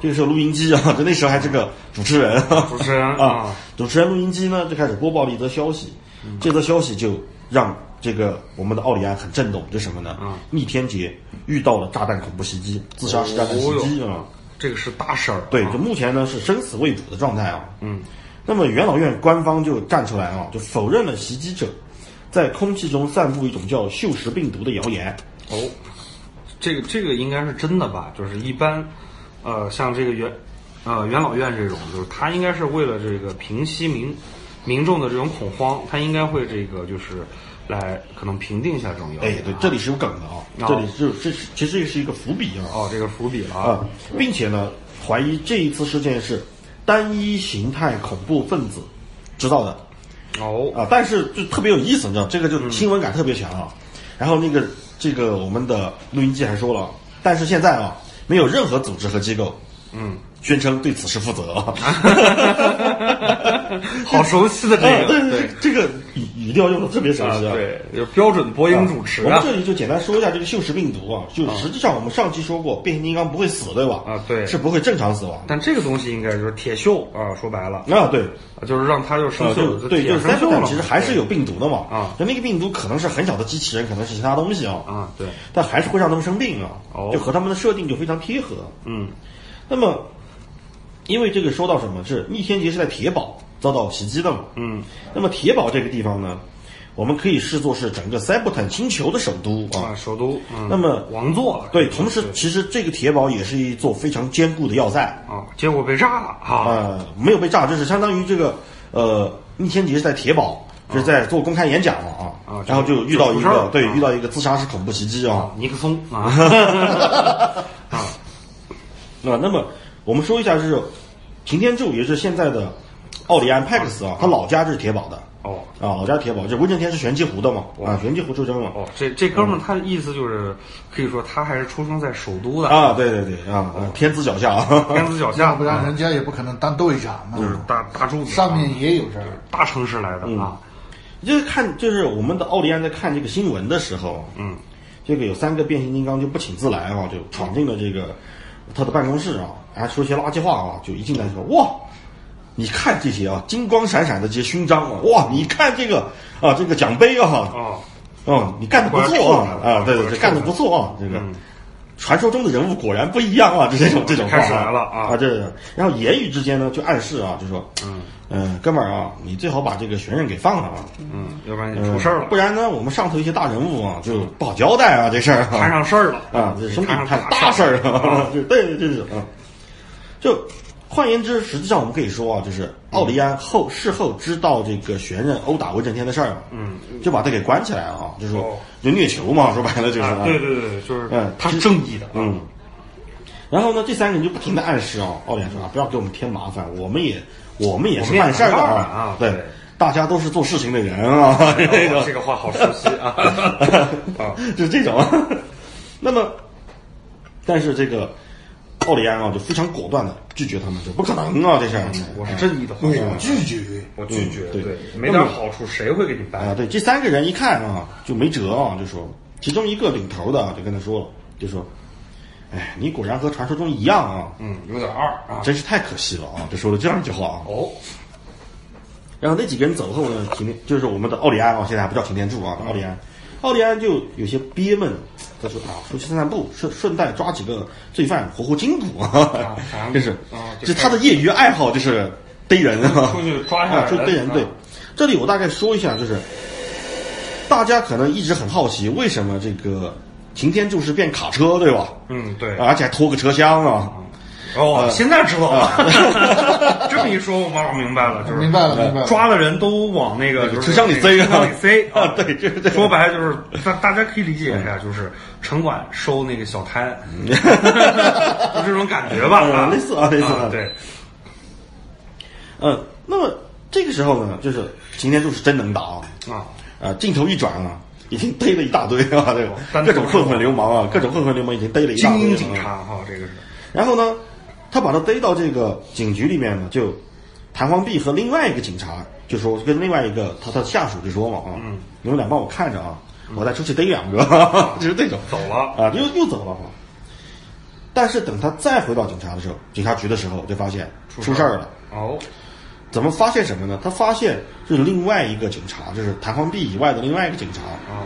C: 这个时候录音机啊，就那时候还是个主持人，
A: 主持人啊 嗯
C: 啊，主持人录音机呢就开始播报了一则消息，这则消息就让这个我们的奥里安很震动，这是什么呢？
A: 嗯
C: 逆天劫遇到了炸弹恐怖袭击，自杀式炸弹袭击
A: 哦
C: 啊。
A: 这个是大事儿，
C: 对，
A: 啊
C: 就目前呢是生死未卜的状态啊。
A: 嗯，
C: 那么元老院官方就站出来啊，就否认了袭击者在空气中散布一种叫锈蚀病毒的谣言。
A: 哦，这个这个应该是真的吧？就是一般，呃，像这个元呃元老院这种，就是他应该是为了这个平息民民众的这种恐慌，他应该会这个就是来可能平定一下这种谣
C: 哎
A: 言。，
C: 对，这里是有梗的啊，
A: 哦
C: 这里就这是其实也是一个伏笔啊
A: 哦，这个伏笔了啊
C: 啊，并且呢，怀疑这一次事件是单一形态恐怖分子制造的。
A: 哦，
C: 啊，但是就特别有意思，你知道，这个
A: 嗯
C: 就新闻感特别强啊。然后那个这个我们的录音机还说了，但是现在啊，没有任何组织和机构，
A: 嗯，
C: 宣称对此事负责啊。
A: 好熟悉的这
C: 哎
A: 个，
C: 对这个语语调用的特别熟
A: 啊，
C: 悉啊。
A: 对，有标准播音主持
C: 我们
A: 啊，
C: 这里就简单说一下这个锈蚀病毒啊，就实际上我们上期说过，变形金刚不会死，对吧？
A: 啊对
C: 是不会正常死亡。
A: 但这个东西应该就是铁锈啊，说白了，
C: 啊，对，
A: 就是让它就生
C: 呃，
A: 锈
C: 就，对，
A: 铁
C: 就是
A: 生
C: 三
A: 锈了嘛。
C: 其实还是有病毒的嘛。
A: 啊
C: 就那个病毒可能是很小的机器人，可能是其他东西啊。
A: 啊，对，
C: 但还是会让他们生病啊，
A: 哦
C: 就和他们的设定就非常贴合。
A: 嗯，
C: 那么，因为这个说到什么是逆天劫是在铁堡遭到袭击的嘛，
A: 嗯，
C: 那么铁堡这个地方呢，我们可以视作是整个塞伯坦星球的首都
A: 啊，
C: 啊。
A: 首都，嗯
C: 那么
A: 王座了，
C: 对，同时其实这个铁堡也是一座非常坚固的要塞
A: 啊，结果被炸了啊，
C: 呃，没有被炸，就是相当于这个呃逆天劫是在铁堡。就是在做公开演讲了啊，
A: 啊
C: 然后就遇到一
A: 就出事儿了
C: 个对
A: 啊
C: 遇到一个自杀式恐怖袭击啊，
A: 尼克松 啊，啊，
C: 啊，那么我们说一下，就是擎天柱，也是现在的奥里安派克斯啊，他老家就是铁堡的
A: 哦
C: 啊，老家铁堡，这威震天是玄机湖的嘛，啊，玄机湖出生嘛，
A: 哦，这这哥们儿他的意思就是，可以说他还是出生在首都的，
C: 啊，对对对啊，啊天子脚下 啊，
A: 天子脚下
B: 要，不然人家也不可能当队长嘛
A: 就。是大大柱子啊，
B: 上面也有人儿，
C: 嗯
A: 大城市来的啊，
C: 就是看，就是我们的奥利安在看这个新闻的时候，嗯，这个有三个变形金刚就不请自来啊，就闯进了这个他的办公室啊，还说些垃圾话啊，就一进来就说哇，你看这些啊，金光闪闪的这些勋章啊，哇，你看这个啊，这个奖杯啊，
A: 哦，
C: 哦，你干得不错啊，啊，对对对，干得不错啊，这个。传说中的人物果然不一样啊！就这种这种话
A: 嗯开始来了啊
C: 啊！这个，然后言语之间呢，就暗示啊，就说，嗯，哥们儿啊，你最好把这个玄刃给放了啊，
A: 嗯，要不然你
C: 嗯
A: 出事儿了，
C: 不然呢，我们上头一些大人物啊，就不好交代啊，这事儿
A: 摊
C: 啊，
A: 上事儿了
C: 啊，这什么
A: 摊上
C: 摊大事儿啊，
A: 嗯
C: 就对，这是啊，就换言之，实际上我们可以说啊，就是
A: 嗯
C: 奥利安后事后知道这个玄刃殴打威震天的事儿，嗯，就把他给关起来了啊，就
A: 哦
C: 说就虐囚嘛，说白了就是
A: 啊，对对对，就是
C: 嗯
A: 他是正义的，啊
C: 嗯。然后呢，这三个人就不停的暗示啊，奥利安说啊，不要给我们添麻烦，我们也我们也
A: 我
C: 是
A: 们也
C: 办事儿的
A: 是干啊
C: 对
A: 对，
C: 大家都是做事情的人啊， 这个
A: 哦这个话好熟悉啊， 啊，
C: 就是这种。 那么，但是这个奥利安啊，就非常果断的拒绝他们，就不可能啊，这事儿。
A: 嗯我是正义的话，
C: 啊
B: 我拒绝。
A: 我拒绝，
C: 嗯对
A: 没点好处谁会给你
C: 啊，
A: 办？
C: 对，这三个人一看啊，就没辙啊，就说，其中一个领头的啊就跟他说了，就说，哎，你果然和传说中一样啊，
A: 嗯，有点二啊，
C: 真是太可惜了啊，就说了这样一句话啊。
A: 哦，
C: 然后那几个人走后呢，擎天就是我们的奥利安啊，现在还不叫擎天柱啊，奥利安，奥利安就有些憋闷，他说啊，出去散散步，顺顺带抓几个罪犯活活筋 骨啊
A: 啊，
C: 这是
A: 啊，就
C: 这他的业余爱好就是逮人啊，
A: 出去抓下来
C: 啊，就逮人。对
A: 啊，
C: 这里我大概说一下，就是大家可能一直很好奇，为什么这个擎天柱是变卡车对吧？
A: 嗯，对，
C: 而且还拖个车厢啊，
A: 哦，现在知道 了，啊这么一说，我马上明白了，就是呃
B: 明白了，明白了。
A: 抓的人都往那个就是
C: 车厢里塞
A: 车厢里塞
C: 啊对就是这样
A: 说白了就是嗯大大家可以理解一下，就是城管收那个小摊， 就这种感觉吧，
C: 嗯类似啊类似啊
A: 对，
C: 嗯，那么这个时候呢，就是擎天柱是真能打啊，
A: 啊，
C: 啊，镜头一转啊，已经逮了一大堆啊，这
A: 单独
C: 种各种混混流氓啊，各种混混流氓已经逮了一大堆、
A: 精英警。察哈，这个是
C: 然后呢，他把他逮到这个警局里面呢，就弹簧臂和另外一个警察就说，跟另外一个他他的下属就说嘛啊，
A: 嗯
C: 你们俩帮我看着啊，我再出去逮 两个，就是这种
A: 走了，
C: 啊，又又走了。但是等他再回到警察的时候，警察局的时候，就发现出事儿了。
A: 哦，
C: 怎么发现什么呢？他发现就是另外一个警察，就是弹簧臂以外的另外一个警察，
A: 啊，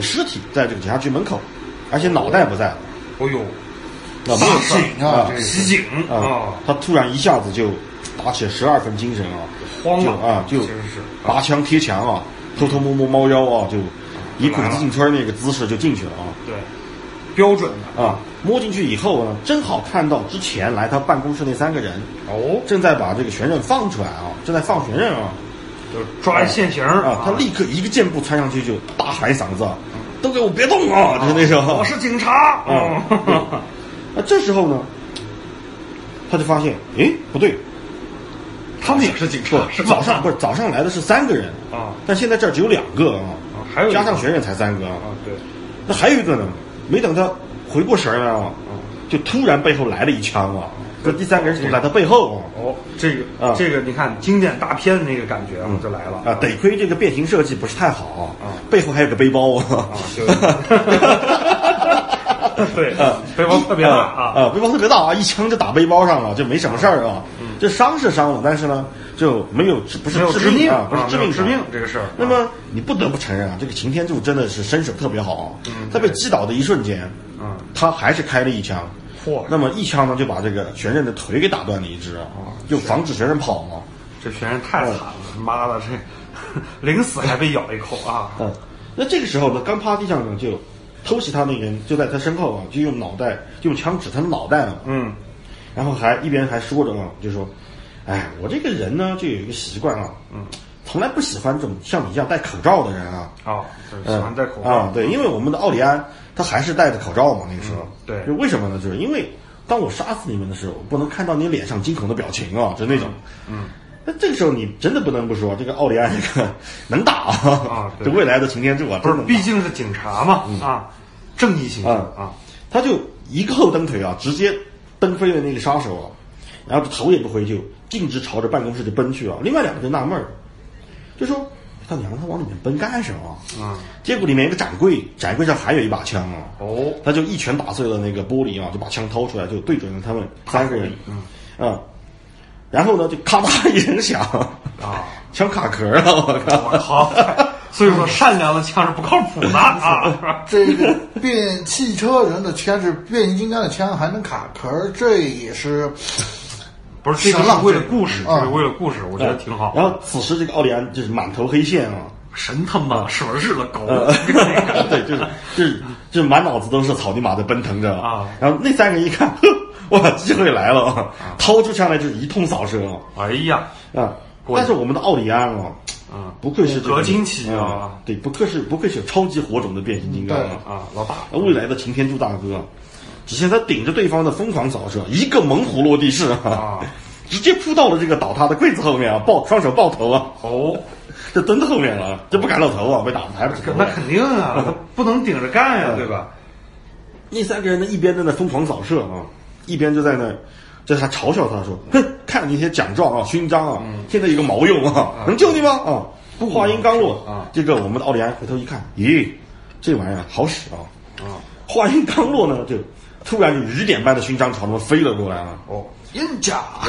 C: 尸体在这个警察局门口，而且脑袋不在了，
A: 哦呦，
C: 那没有
B: 袭
C: 事
B: 警啊，这
A: 袭警
C: 啊
A: 啊，，
C: 他突然一下子就打起十二分精神啊，
A: 慌
C: 就
A: 了
C: 啊就
A: 其实是
C: 拔枪贴墙啊，偷偷摸摸猫腰啊，就以鬼子进村那个姿势就进去了啊
A: 对，标准的
C: 啊，摸进去以后呢，正好看到之前来他办公室那三个人
A: 哦，
C: 正在把这个玄刃放出来啊，正在放玄刃啊。
A: 就抓一现行
C: 啊，他立刻一个箭步窜上去就大喊一嗓子：“都给我别动啊！”就是那时候
A: 我，是警察，
C: 啊
A: 嗯，
C: 那这时候呢，他就发现，诶，不对，
A: 他们也是警
C: 不
A: 察，是吧
C: 早上不是早上来的是三个人
A: 啊，
C: 但现在这儿只有两个啊
A: 啊，还有一个
C: 加上学生才三个啊
A: 啊，， 对，
C: 那还有一个呢，没等他回过神儿来啊，就突然背后来了一枪啊，这第三个人就在他背后啊。
A: 哦，这个、
C: 啊
A: 这个，你看经典大片的那个感觉啊，就来了
C: 啊，得亏这个变形设计不是太好，啊背后还有个背包啊
A: 啊，就 对， 背包特别大啊，
C: 啊，背包特别大啊，一枪就打背包上了，就没什么事儿啊。这伤是伤了，但是呢，就没有不
A: 嗯
C: 是
A: 没有
C: 致命啊，不
A: 啊
C: 是致
A: 没有
C: 命
A: 致命
C: 伤
A: 这个事儿啊
C: 那么你不得不承认啊，这个擎天柱真的是身手特别好。在被击倒的一瞬间，
A: 嗯
C: 他还是开了一枪。
A: 嚯
C: 那么一枪呢，就把这个玄刃的腿给打断了一只啊，就防止玄刃跑嘛。
A: 这学生太惨了，妈的，这临死还被咬一口 啊，
C: 嗯，那这个时候呢，刚趴地上呢，就偷袭他那个人就在他身后啊，就用脑袋就用枪指他的脑袋啊，
A: 嗯，
C: 然后还一边还说着啊，就说，哎，我这个人呢就有一个习惯啊，嗯，从来不喜欢这种像你一样戴口罩的人啊，
A: 啊，就是喜欢戴口
C: 嗯啊
A: 罩，，
C: 对，因为我们的奥利安他还是戴着口罩嘛，那个时候，
A: 嗯对
C: 就为什么呢？就是因为当我杀死你们的时候，我不能看到你脸上惊恐的表情啊，就那种，嗯。那这个时候你真的不能不说，这个奥利安这个能打啊，
A: 啊对
C: 这未来的擎天柱啊，
A: 不
C: 真
A: 是
C: 能，打
A: 毕竟是警察嘛，啊，正义形象
C: 嗯
A: 啊，
C: 他就一个后蹬腿啊，直接蹬飞了那个杀手啊，然后头也不回就径直朝着办公室就奔去啊。另外两个就纳闷儿，就说他娘的，他往里面奔干什么？嗯，结果里面一个展柜，展柜上还有一把枪啊。
A: 哦，
C: 他就一拳打碎了那个玻璃啊，就把枪掏出来，就对准了他们三个人。嗯，啊，然后呢，就咔嗒一声响，
A: 啊，哦
C: 枪卡壳了，我靠！
A: 我靠！所以说，善良的枪是不靠谱的啊。
B: 这个变汽车人的枪是变形金刚的枪，还能卡壳儿，这也是
A: 不是，这个
B: 神了
A: 是为了故事，
B: 这个
A: 这是为了故事，我觉得挺好。
C: 然后此时这个奥利安就是满头黑线啊，
A: 神他妈是不是了狗？
C: 对，就是就是就是满脑子都是草泥马在奔腾着
A: 啊
C: 然后那三个人一看，呵，哇，机会来了，啊
A: 啊
C: 掏出枪来就是一通扫射啊。
A: 哎呀，
C: 啊，
A: 过瘾
C: 但是我们的奥里安啊，
A: 嗯
C: 不愧是这个
A: 骨骼惊奇啊
C: 嗯对，不愧是不愧是超级火种的变形金刚啊，
A: 啊，老大，
C: 未来的擎天柱大哥。啊只见他顶着对方的疯狂扫射，一个猛虎落地式
A: 啊，
C: 直接扑到了这个倒塌的柜子后面啊，抱双手抱头啊，
A: 哦，
C: 就蹲在后面了，就不敢露头啊，被打的抬不起头
A: 那
C: 来。
A: 肯定啊，他不能顶着干呀，对吧？
C: 那三个人呢，一边在那疯狂扫射啊，一边就在那，这还嘲笑他说：“哼，看你那些奖状啊、勋章啊，现在有个毛用啊，能救你吗？”啊，话音刚落
A: 啊，
C: 这个我们的奥利安回头一看，咦，这玩意儿好使啊！
A: 啊，
C: 话音刚落呢，就突然就雨点般的勋章朝他们飞了过来啊！
A: 哦，
B: 硬甲。
C: 啊，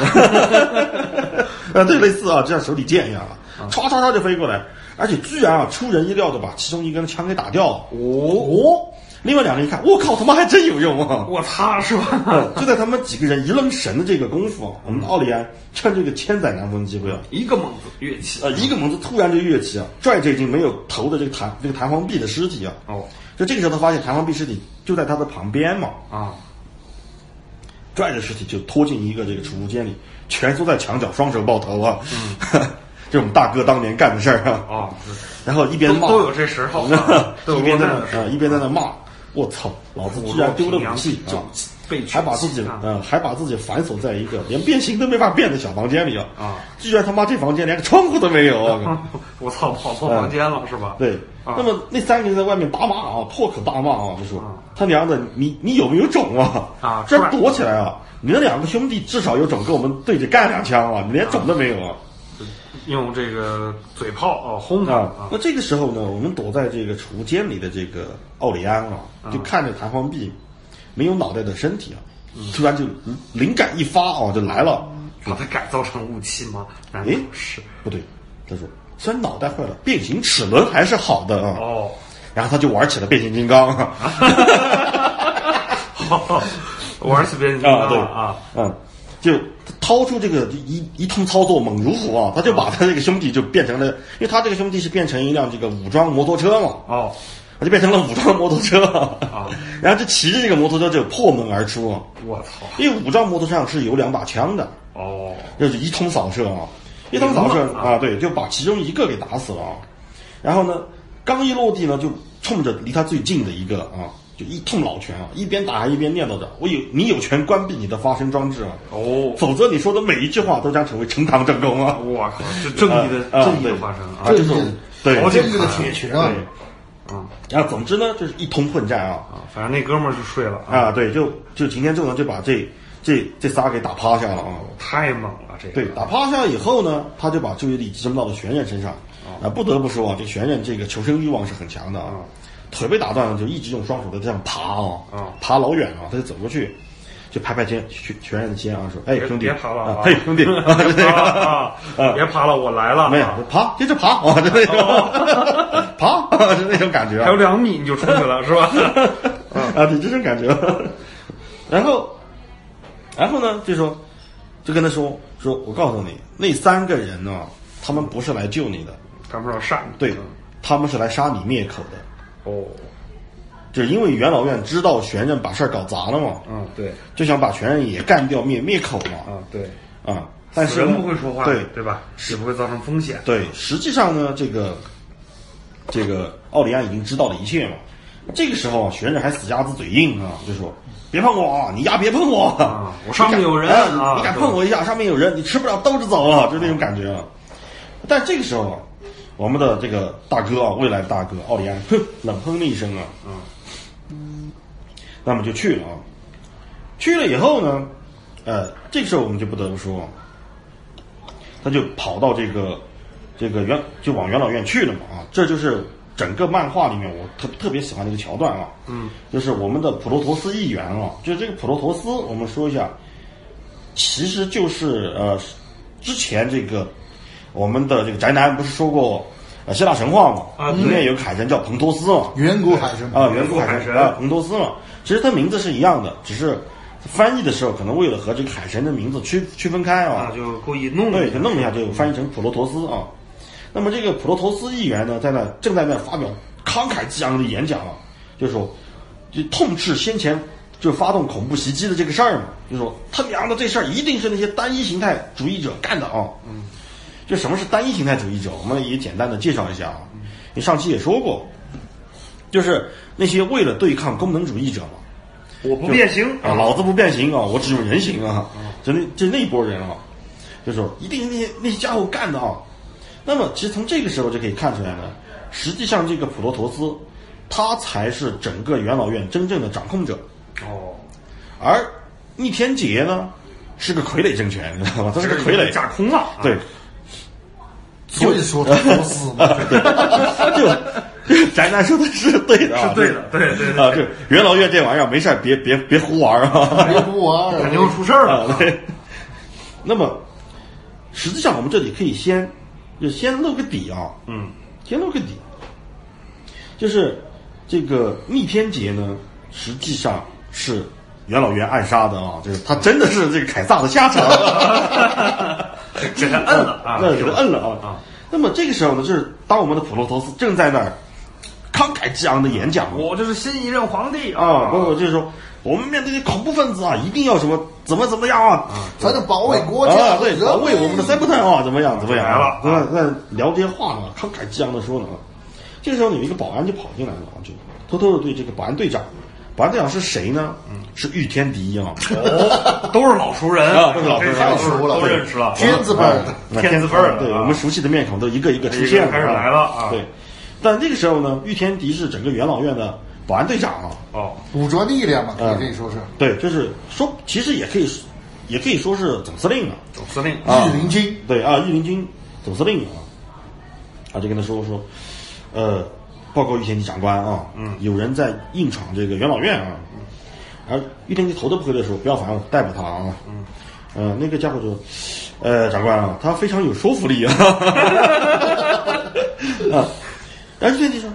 C: 对，类似啊，就像手里剑一样啊，唰唰唰就飞过来，而且居然啊出人意料的把其中一根枪给打掉了。哦，另外两人一看，我靠，他妈还真有用啊！
A: 我擦，是吧？
C: 就在他们几个人一愣神的这个功夫，啊我
A: 嗯
C: 们的奥利安趁这个千载难逢的机会啊，
A: 一个猛子跃起，
C: 呃，一个猛子突然就跃起啊，拽着已经没有头的这个弹这个弹簧臂的尸体啊，
A: 哦，
C: 就这个时候他发现弹簧臂尸体就在他的旁边嘛，
A: 啊，
C: 拽着尸体就拖进一个这个储物间里，蜷缩在墙角，双手抱头啊， 这是我们大哥当年干的事儿啊，
A: 嗯哦，
C: 然后一边
A: 都
C: 骂，
A: 都有这时候 啊，都有
C: 一边在
A: 这
C: 那
A: 种时候
C: 啊一边在那骂，我操，老子居然丢了武器
A: 就
C: 啊！
A: 被
C: 还把自己
A: 啊
C: 呃还把自己反锁在一个连变形都没法变的小房间里啊！
A: 啊，
C: 居然他妈这房间连个窗户都没有啊！
A: 我操，跑错房间了是吧？
C: 对，
A: 啊
C: 那么那三个人在外面大骂啊，破口大骂啊，就说他娘的，你你有没有种啊？
A: 啊
C: 这
A: 出来
C: 躲起来啊！你那两个兄弟至少有种跟我们对着干两枪啊，你连种都没有啊！
A: 用这个嘴炮啊轰他
C: 啊，
A: 啊
C: 那这个时候呢，我们躲在这个储物间里的这个奥里安啊，就看着弹簧臂没有脑袋的身体啊，突然就灵感一发啊，就来了。
A: 把它改造成武器吗？难道
C: 诶
A: 是？
C: 不对，他说虽然脑袋坏了，变形齿轮还是好的啊。
A: 哦，
C: 然后他就玩起了变形金刚啊，
A: 玩起变形金刚
C: 对
A: 了啊，，
C: 嗯，就掏出这个一一通操作猛如虎啊，他就把
A: 哦
C: 他这个兄弟就变成了，因为他这个兄弟是变成一辆这个武装摩托车嘛，
A: 哦，
C: 他就变成了武装摩托车啊，然后就骑着这个摩托车就破门而出啊，
A: 我操，
C: 因为武装摩托车上是有两把枪的，
A: 哦，
C: 就是一通扫射啊，一通扫射
A: 明白
C: 啊，对，就把其中一个给打死了啊。然后呢，刚一落地呢，就冲着离他最近的一个啊，就一通老拳啊，一边打还一边念叨着：“我有你有权关闭你的发声装置啊，
A: 哦，
C: 否则你说的每一句话都将成为呈堂证供啊。
A: 我靠，这正义的
C: 啊啊
A: 正义的
C: 对
A: 化身啊，
C: 啊”这
B: 这
C: 种
B: 是
C: 对
A: 好
B: 这个铁拳啊
C: 对，
A: 啊
C: 然后总之呢，就是一通混战啊
A: 啊，反正那哥们儿就睡了啊，
C: 啊，对，就就擎天柱呢就把这这这仨给打趴下了啊。
A: 太猛了这个，
C: 对，打趴下以后呢，他就把注意力集中到了玄刃身上。
A: 哦
C: 啊，不得不说啊，这玄刃这个求生欲望是很强的啊。
A: 嗯
C: 腿被打断了，就一直用双手在这样爬啊，
A: 啊
C: 爬老远啊，他就走过去，就拍拍肩玄玄刃的肩啊，说：“哎，
A: 别
C: 兄弟，
A: 别爬了
C: 啊
A: 啊
C: 嘿，兄 弟，啊
A: 别
C: 这个
A: 爬了啊
C: 啊，
A: 别爬了，我来了啊，哦
C: 没有爬，接着爬啊，就那种 爬，就那种感觉啊。”
A: 还有两米你就出去 了是吧？
C: 啊，对，这种感觉。 然后，然后呢，就说，就跟他说，说我告诉你，那三个人呢、他们不是来救你的，
A: 他们说杀你，
C: 对，他们是来杀你灭口的。
A: 哦，
C: 就是因为元老院知道玄刃把事儿搞砸了嘛，
A: 嗯，对，
C: 就想把玄刃也干掉灭灭口嘛，
A: 嗯，对，
C: 啊、但
A: 死
C: 是呢
A: 人不会说话，
C: 对
A: 对吧？也不会造成风险，
C: 对，实际上呢，这个这个奥利安已经知道了一切嘛。这个时候啊，玄忍还死鸭子嘴硬啊，就说：“别碰我，啊，你丫别碰我，
A: 啊我上面有人
C: 你敢
A: 啊
C: 你敢碰我一下，上面有人，你吃不了兜着走啊，就那种感觉啊。”但这个时候啊，我们的这个大哥啊，未来的大哥奥利安，哼，冷哼了一声啊，嗯，
A: 嗯
C: 那么就去了啊。去了以后呢，呃，这个时候我们就不得不说，他就跑到这个这个元就往元老院去了嘛啊，这就是整个漫画里面我特特别喜欢的一个桥段啊，嗯，就是我们的普罗陀斯议员啊，就是这个普罗陀斯，我们说一下，其实就是呃，之前这个我们的这个宅男不是说过呃希腊神话嘛，
A: 啊对
C: 里面有个海神叫彭托斯嘛，
B: 远古海神
C: 啊，远古
A: 古
C: 海
A: 海神
C: 神啊，彭托斯嘛，其实它名字是一样的，只是翻译的时候可能为了和这个海神的名字区区分开啊
A: 啊，，就故意弄了
C: 对，
A: 一
C: 就
A: 下。
C: 弄一下就翻译成普罗陀斯啊。那么这个普罗陀斯议员呢，在那正在那发表慷慨激昂的演讲啊，就说就痛斥先前就发动恐怖袭击的这个事儿嘛，就说他娘的这事儿一定是那些单一形态主义者干的啊。嗯，就什么是单一形态主义者，我们也简单的介绍一下啊。你上期也说过，就是那些为了对抗功能主义者嘛，
A: 我不变形
C: 啊，老子不变形啊，我只用人形啊，就那就那波人啊，就说一定是那些那些家伙干的啊。那么其实从这个时候就可以看出来呢，实际上这个普罗陀斯，他才是整个元老院真正的掌控者，
A: 哦，
C: 而逆天劫呢是个傀儡政权，你知道吗？他是个傀儡，
A: 架空啊了。
C: 对，
B: 所以说托斯嘛，
C: 就宅男说的是对的啊，
A: 是对的
C: 这
A: 对对对
C: 啊，这元老院这玩意儿没事儿别别别胡玩儿啊，
B: 别不玩
A: 肯定会出事儿
C: 啊，
A: 了。
C: 对。 那么，实际上我们这里可以先就先露个底啊，
A: 嗯，
C: 先露个底，就是这个逆天劫呢，实际上是元老院暗杀的啊，就是他真的是这个凯撒的下 场，
A: 给他摁 了啊，
C: 那给他摁了啊。
A: 啊
C: 那么这个时候呢，就是当我们的普罗托斯正在那儿慷慨激昂的演讲啊
A: 我这是新一任皇帝
C: 啊，不不，就是说我们面对这恐怖分子啊，一定要什么怎么怎么样啊，
B: 咱得保卫国家，
C: 啊，对，
B: 人
C: 保卫我们的三 e 探啊，怎么样？怎么样？
A: 来了
C: 那那聊这些话呢，慷慨激昂的说呢。这个时候有一个保安就跑进来了，啊就偷偷的对这个保安队长，保安队长是谁呢？嗯，是御天敌 啊，
A: 哦，都是老熟人
C: 啊都是老熟人
A: 这些
B: 太熟了，
A: 都认识了。
B: 天字辈儿 的。
C: 那
A: 天字辈儿的
C: 对
A: 啊
C: 我们熟悉的面孔都一个一个出现
A: 一个一个开始
C: 啊
A: 来了啊
C: 对，但这个时候呢，御天敌是整个元老院的保安队长啊，
A: 哦，
B: 武装力量嘛，可以这说是
C: 对，就是说，其实也可以，也可以说是总司令啊，
A: 总司令
C: 啊
B: 御林军。
C: 对啊，御林军总司令啊，啊就跟他说说，呃，报告御前级长官啊，嗯，有人在硬闯这个元老院啊，而御天级头都不回的时候，不要烦我，逮捕他啊，嗯，呃，那个家伙就，呃，长官啊，他非常有说服力 啊，啊，然后御天级说，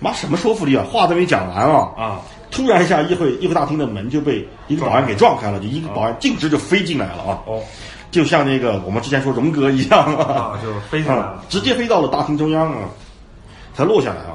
C: 妈什么说服力啊，话都没讲完啊，
A: 啊，
C: 突然一下，议会议会大厅的门就被一个保安给撞开了，就一个保安径直就飞进来了啊！
A: 哦，
C: 就像那个我们之前说荣格一样
A: 啊
C: 啊，
A: 就飞进来
C: 啊
A: 了，
C: 直接飞到了大厅中央啊，才落下来啊。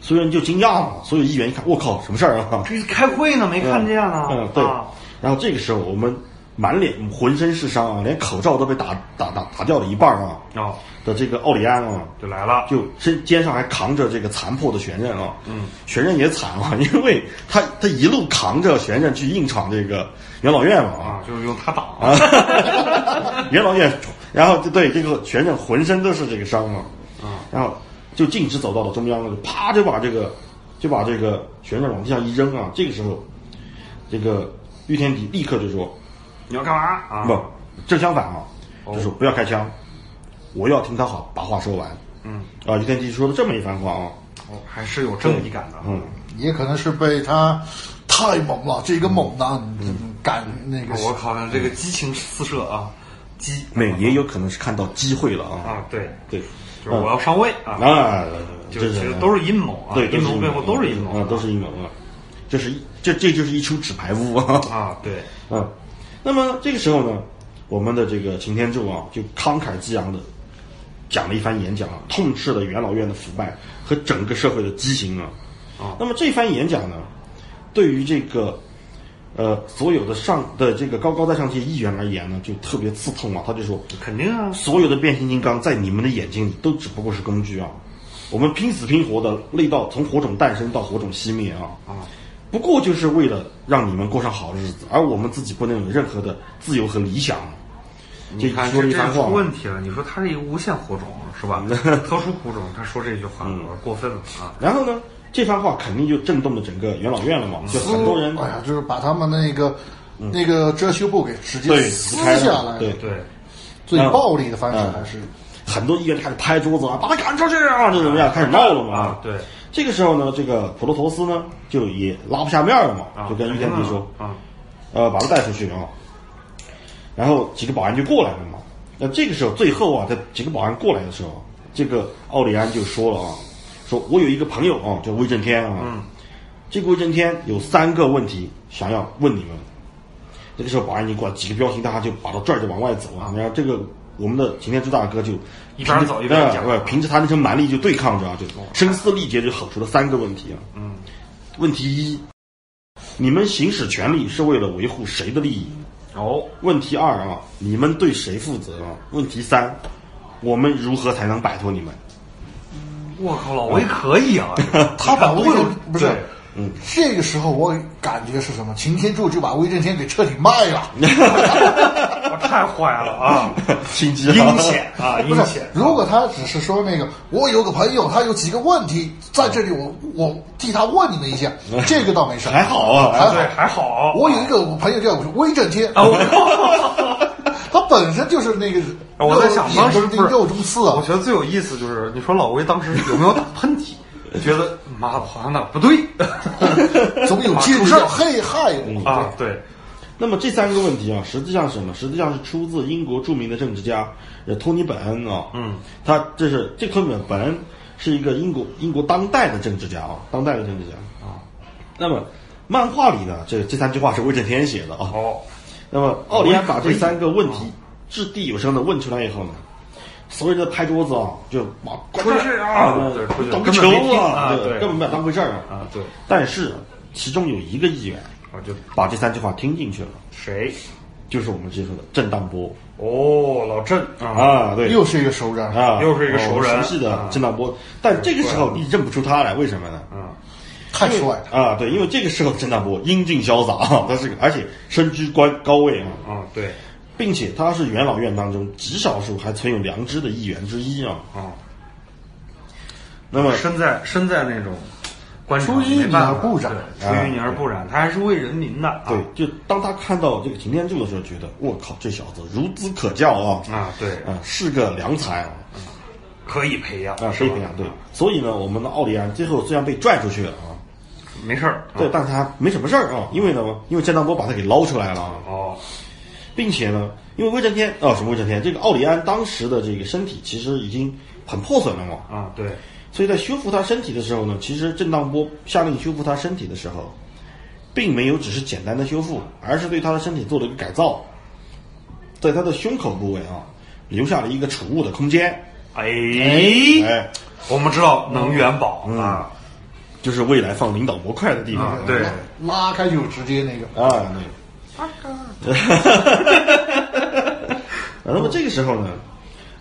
C: 所有人就惊讶了，所有议员一看，我靠，什么事儿啊？
A: 这开会呢，没看见啊。
C: 嗯，对
A: 啊。
C: 然后这个时候，我们满脸浑身是伤啊，连口罩都被打打打打掉了一半啊
A: 哦，
C: 的这个奥里安啊，
A: 就来了。
C: 就身肩上还扛着这个残破的悬刃啊，嗯，悬刃也惨啊，因为他他一路扛着悬刃去硬闯这个元老院嘛
A: 啊，就是用他挡
C: 啊，啊， 元老院，然后就对这个悬刃浑身都是这个伤啊，啊，然后就径直走到了中央了，就啪就把这个就把这个悬刃往地上一扔啊，这个时候，这个御天敌立刻就说，
A: 你要干嘛啊？
C: 不，正相反啊，就是不要开枪，我要听他好把话说完。
A: 嗯，
C: 啊，于天帝说了这么一番话啊，
A: 哦，还是有正义感的。
C: 嗯，
B: 也可能是被他太猛了，这个猛男敢那个
A: 我靠，这个激情四射啊，激
C: 那也有可能是看到机会了啊，
A: 啊，对，
C: 对，
A: 就是我要上位啊，
C: 啊，
A: 就
C: 这
A: 其实都是阴谋啊，
C: 对，
A: 阴谋背后都是阴谋
C: 啊，都是阴谋啊，这是一这这就是一出纸牌屋啊，
A: 啊，对，
C: 嗯，那么这个时候呢，我们的这个擎天柱啊，就慷慨激昂的讲了一番演讲啊，痛斥了元老院的腐败和整个社会的畸形啊。
A: 啊
C: 那么这番演讲呢，对于这个呃所有的上的这个高高在上这些议员而言呢，就特别刺痛啊。他就说，
A: 肯定啊，
C: 所有的变形金刚在你们的眼睛里都只不过是工具啊，我们拼死拼活的累到从火种诞生到火种熄灭啊，
A: 啊，
C: 不过就是为了让你们过上好日子，而我们自己不能有任何的自由和理想。这
A: 你看
C: 说
A: 这
C: 了一
A: 这
C: 番
A: 出
C: 话，
A: 问题了。你说他是一个无限火种是 吧？特殊火种，他说这句话有
C: 嗯
A: 点过分了啊。
C: 然后呢，这番话肯定就震动了整个元老院了嘛，就很多人
B: 哎呀，就是把他们那个那个遮羞布给直接
C: 对
B: 撕
C: 撕开
B: 下
C: 了
B: 来，
C: 对
A: 对，
B: 最暴力的方式还是
C: 很多议员开始拍桌子啊，把他赶出去啊，就怎么样，开始闹了嘛。
A: 啊对，
C: 这个时候呢，这个普罗头斯呢就也拉不下面了嘛，就跟御天帝说，
A: 啊，
C: 呃，把他带出去啊。然后几个保安就过来了嘛。那这个时候，最后啊，在几个保安过来的时候，这个奥里安就说了啊，说我有一个朋友啊，叫威震天啊，
A: 嗯
C: 这个威震天有三个问题想要问你们。这个时候，保安已经过来，几个彪形大汉就把他拽着往外走啊。然后这个我们的擎天柱大哥就
A: 一边走一边讲哦
C: 呃凭着他那身蛮力就对抗着啊，就声嘶力竭就吼出了三个问题啊。
A: 嗯，
C: 问题一，你们行使权力是为了维护谁的利益？
A: 哦，
C: 问题二啊，你们对谁负责啊？问题三，我们如何才能摆脱你们？
A: 我靠，老魏可以 啊，
B: 他把威震不是
A: 对，
B: 嗯，这个时候我感觉是什么？擎天柱就把威震天给彻底卖了。
A: 我太坏了啊，
C: 心机啊
A: 阴险啊，阴
B: 不是
A: 险，。
B: 如果他只是说那个，我有个朋友，他有几个问题，在这里我我替他问你们一下，这个倒没 事儿，
C: 还好啊，
B: 还
A: 对，
B: 好。
A: 还 好，
B: 我有一个朋友叫威震天，
A: 啊，我。
B: 他本身就是那个
A: 啊我在想
B: 肉
A: 当时
B: 眼中
A: 不
B: 钉
A: 是
B: 肉中刺啊
A: 我，觉得最有意思就是，你说老魏当时有没有打喷嚏？觉得妈的，好像哪儿不对
B: 总有
A: 啊
B: 些人
A: 出事
B: 要
A: 儿
B: 害害
C: 嗯
B: 我。
A: 啊？对，
C: 那么这三个问题啊，实际上是什么？实际上是出自英国著名的政治家呃托尼·本恩啊。
A: 嗯，
C: 他这是这托尼·本恩是一个英国英国当代的政治家啊，当代的政治家啊。那么漫画里呢，这这三句话是威震天写的啊。
A: 哦，
C: 那么奥利安把这三个问题掷地有声的问出来以后呢，所有人都拍桌子啊，就把
A: 出去啊对出去
C: 当个
A: 根
C: 球
A: 本没听
C: 啊
A: 啊，
C: 对
A: 对
C: 根本没有当回事儿
A: 啊对
C: 但是其中有一个议员
A: 我啊就
C: 把这三句话听进去了，
A: 谁？
C: 就是我们之前说的郑当波
A: 哦，老郑啊，
C: 啊，对。
B: 又是一个熟人，
C: 啊，
A: 又是一个熟人
C: 我熟悉的
A: 啊
C: 郑当波，但这个时候你认不出他来，为什么呢？
A: 嗯，
B: 太帅了。
C: 啊，对，因为这个时候郑当波英俊潇洒，啊他是个而且身居官高位啊，
A: 啊，对，
C: 并且他是元老院当中极少数还存有良知的议员之一啊。
A: 啊，
C: 那么，
A: 身在身在那种官场，
B: 出淤泥
A: 没办法
B: 而不染
A: 对出淤泥而不染，他还是为人民的啊，
C: 啊对，就当他看到这个擎天柱的时候，觉得我靠，这小子孺子可教啊，
A: 啊，对，
C: 啊，是个良才啊，
A: 可以培养，
C: 啊，
A: 是
C: 可以
A: 吧
C: 培养。对，所以呢，我们的奥利安最后虽然被拽出去了啊，
A: 没事儿，啊
C: 对，，但他没什么事儿啊，因为呢，因为郑当波把他给捞出来了啊，
A: 哦，
C: 并且呢，因为威震天啊、什么威震天，这个奥利安当时的这个身体其实已经很破损了嘛，
A: 啊，对，
C: 所以在修复他身体的时候呢，其实郑当波下令修复他身体的时候，并没有只是简单的修复，而是对他的身体做了一个改造，在他的胸口部位啊，留下了一个储物的空间，
A: 哎，
C: 哎，嗯
A: 我们知道能源宝啊，
C: 就是未来放领导模块的地方
A: 啊，对
B: 拉开就直接那个，
C: 啊，对。 啊，那么这个时候呢，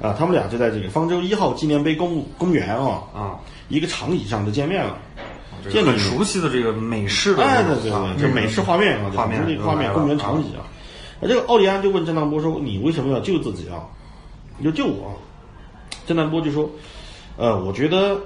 C: 啊，他们俩就在这个方舟一号纪念碑公公园啊，
A: 啊，
C: 一个长椅上就见面了。
A: 这
C: 见
A: 个
C: 了
A: 很
C: 以后
A: 熟悉的这个美式的
C: 哎，
A: 那
C: 对
A: 种
C: 对
A: 啊
C: 对，就美式画面啊，
A: 画面
C: 这个画面
A: 嗯
C: 公园长椅啊。那这个奥利安就问郑当波说：“你为什么要救自己啊？你就救我啊？”郑当波就说：“呃，我觉得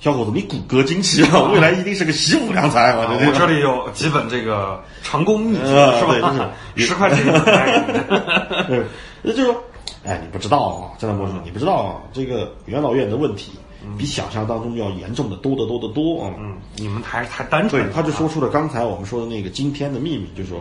C: 小伙子你骨骼惊奇啊，未来一定是个习武良才
A: 啊
C: 啊。对”对
A: 我这里有几本这个长工秘籍
C: 呃，
A: 是
C: 对就是
A: 吧？十块钱一本哎
C: 对，那就说，哎，你不知道啊，郑南波
A: 嗯
C: 说你不知道啊，这个元老院的问题比想象当中要严重的多得多得多啊。
A: 嗯，你们还是太单纯
C: 对
A: 了，，
C: 他就说出了刚才我们说的那个惊天的秘密，就说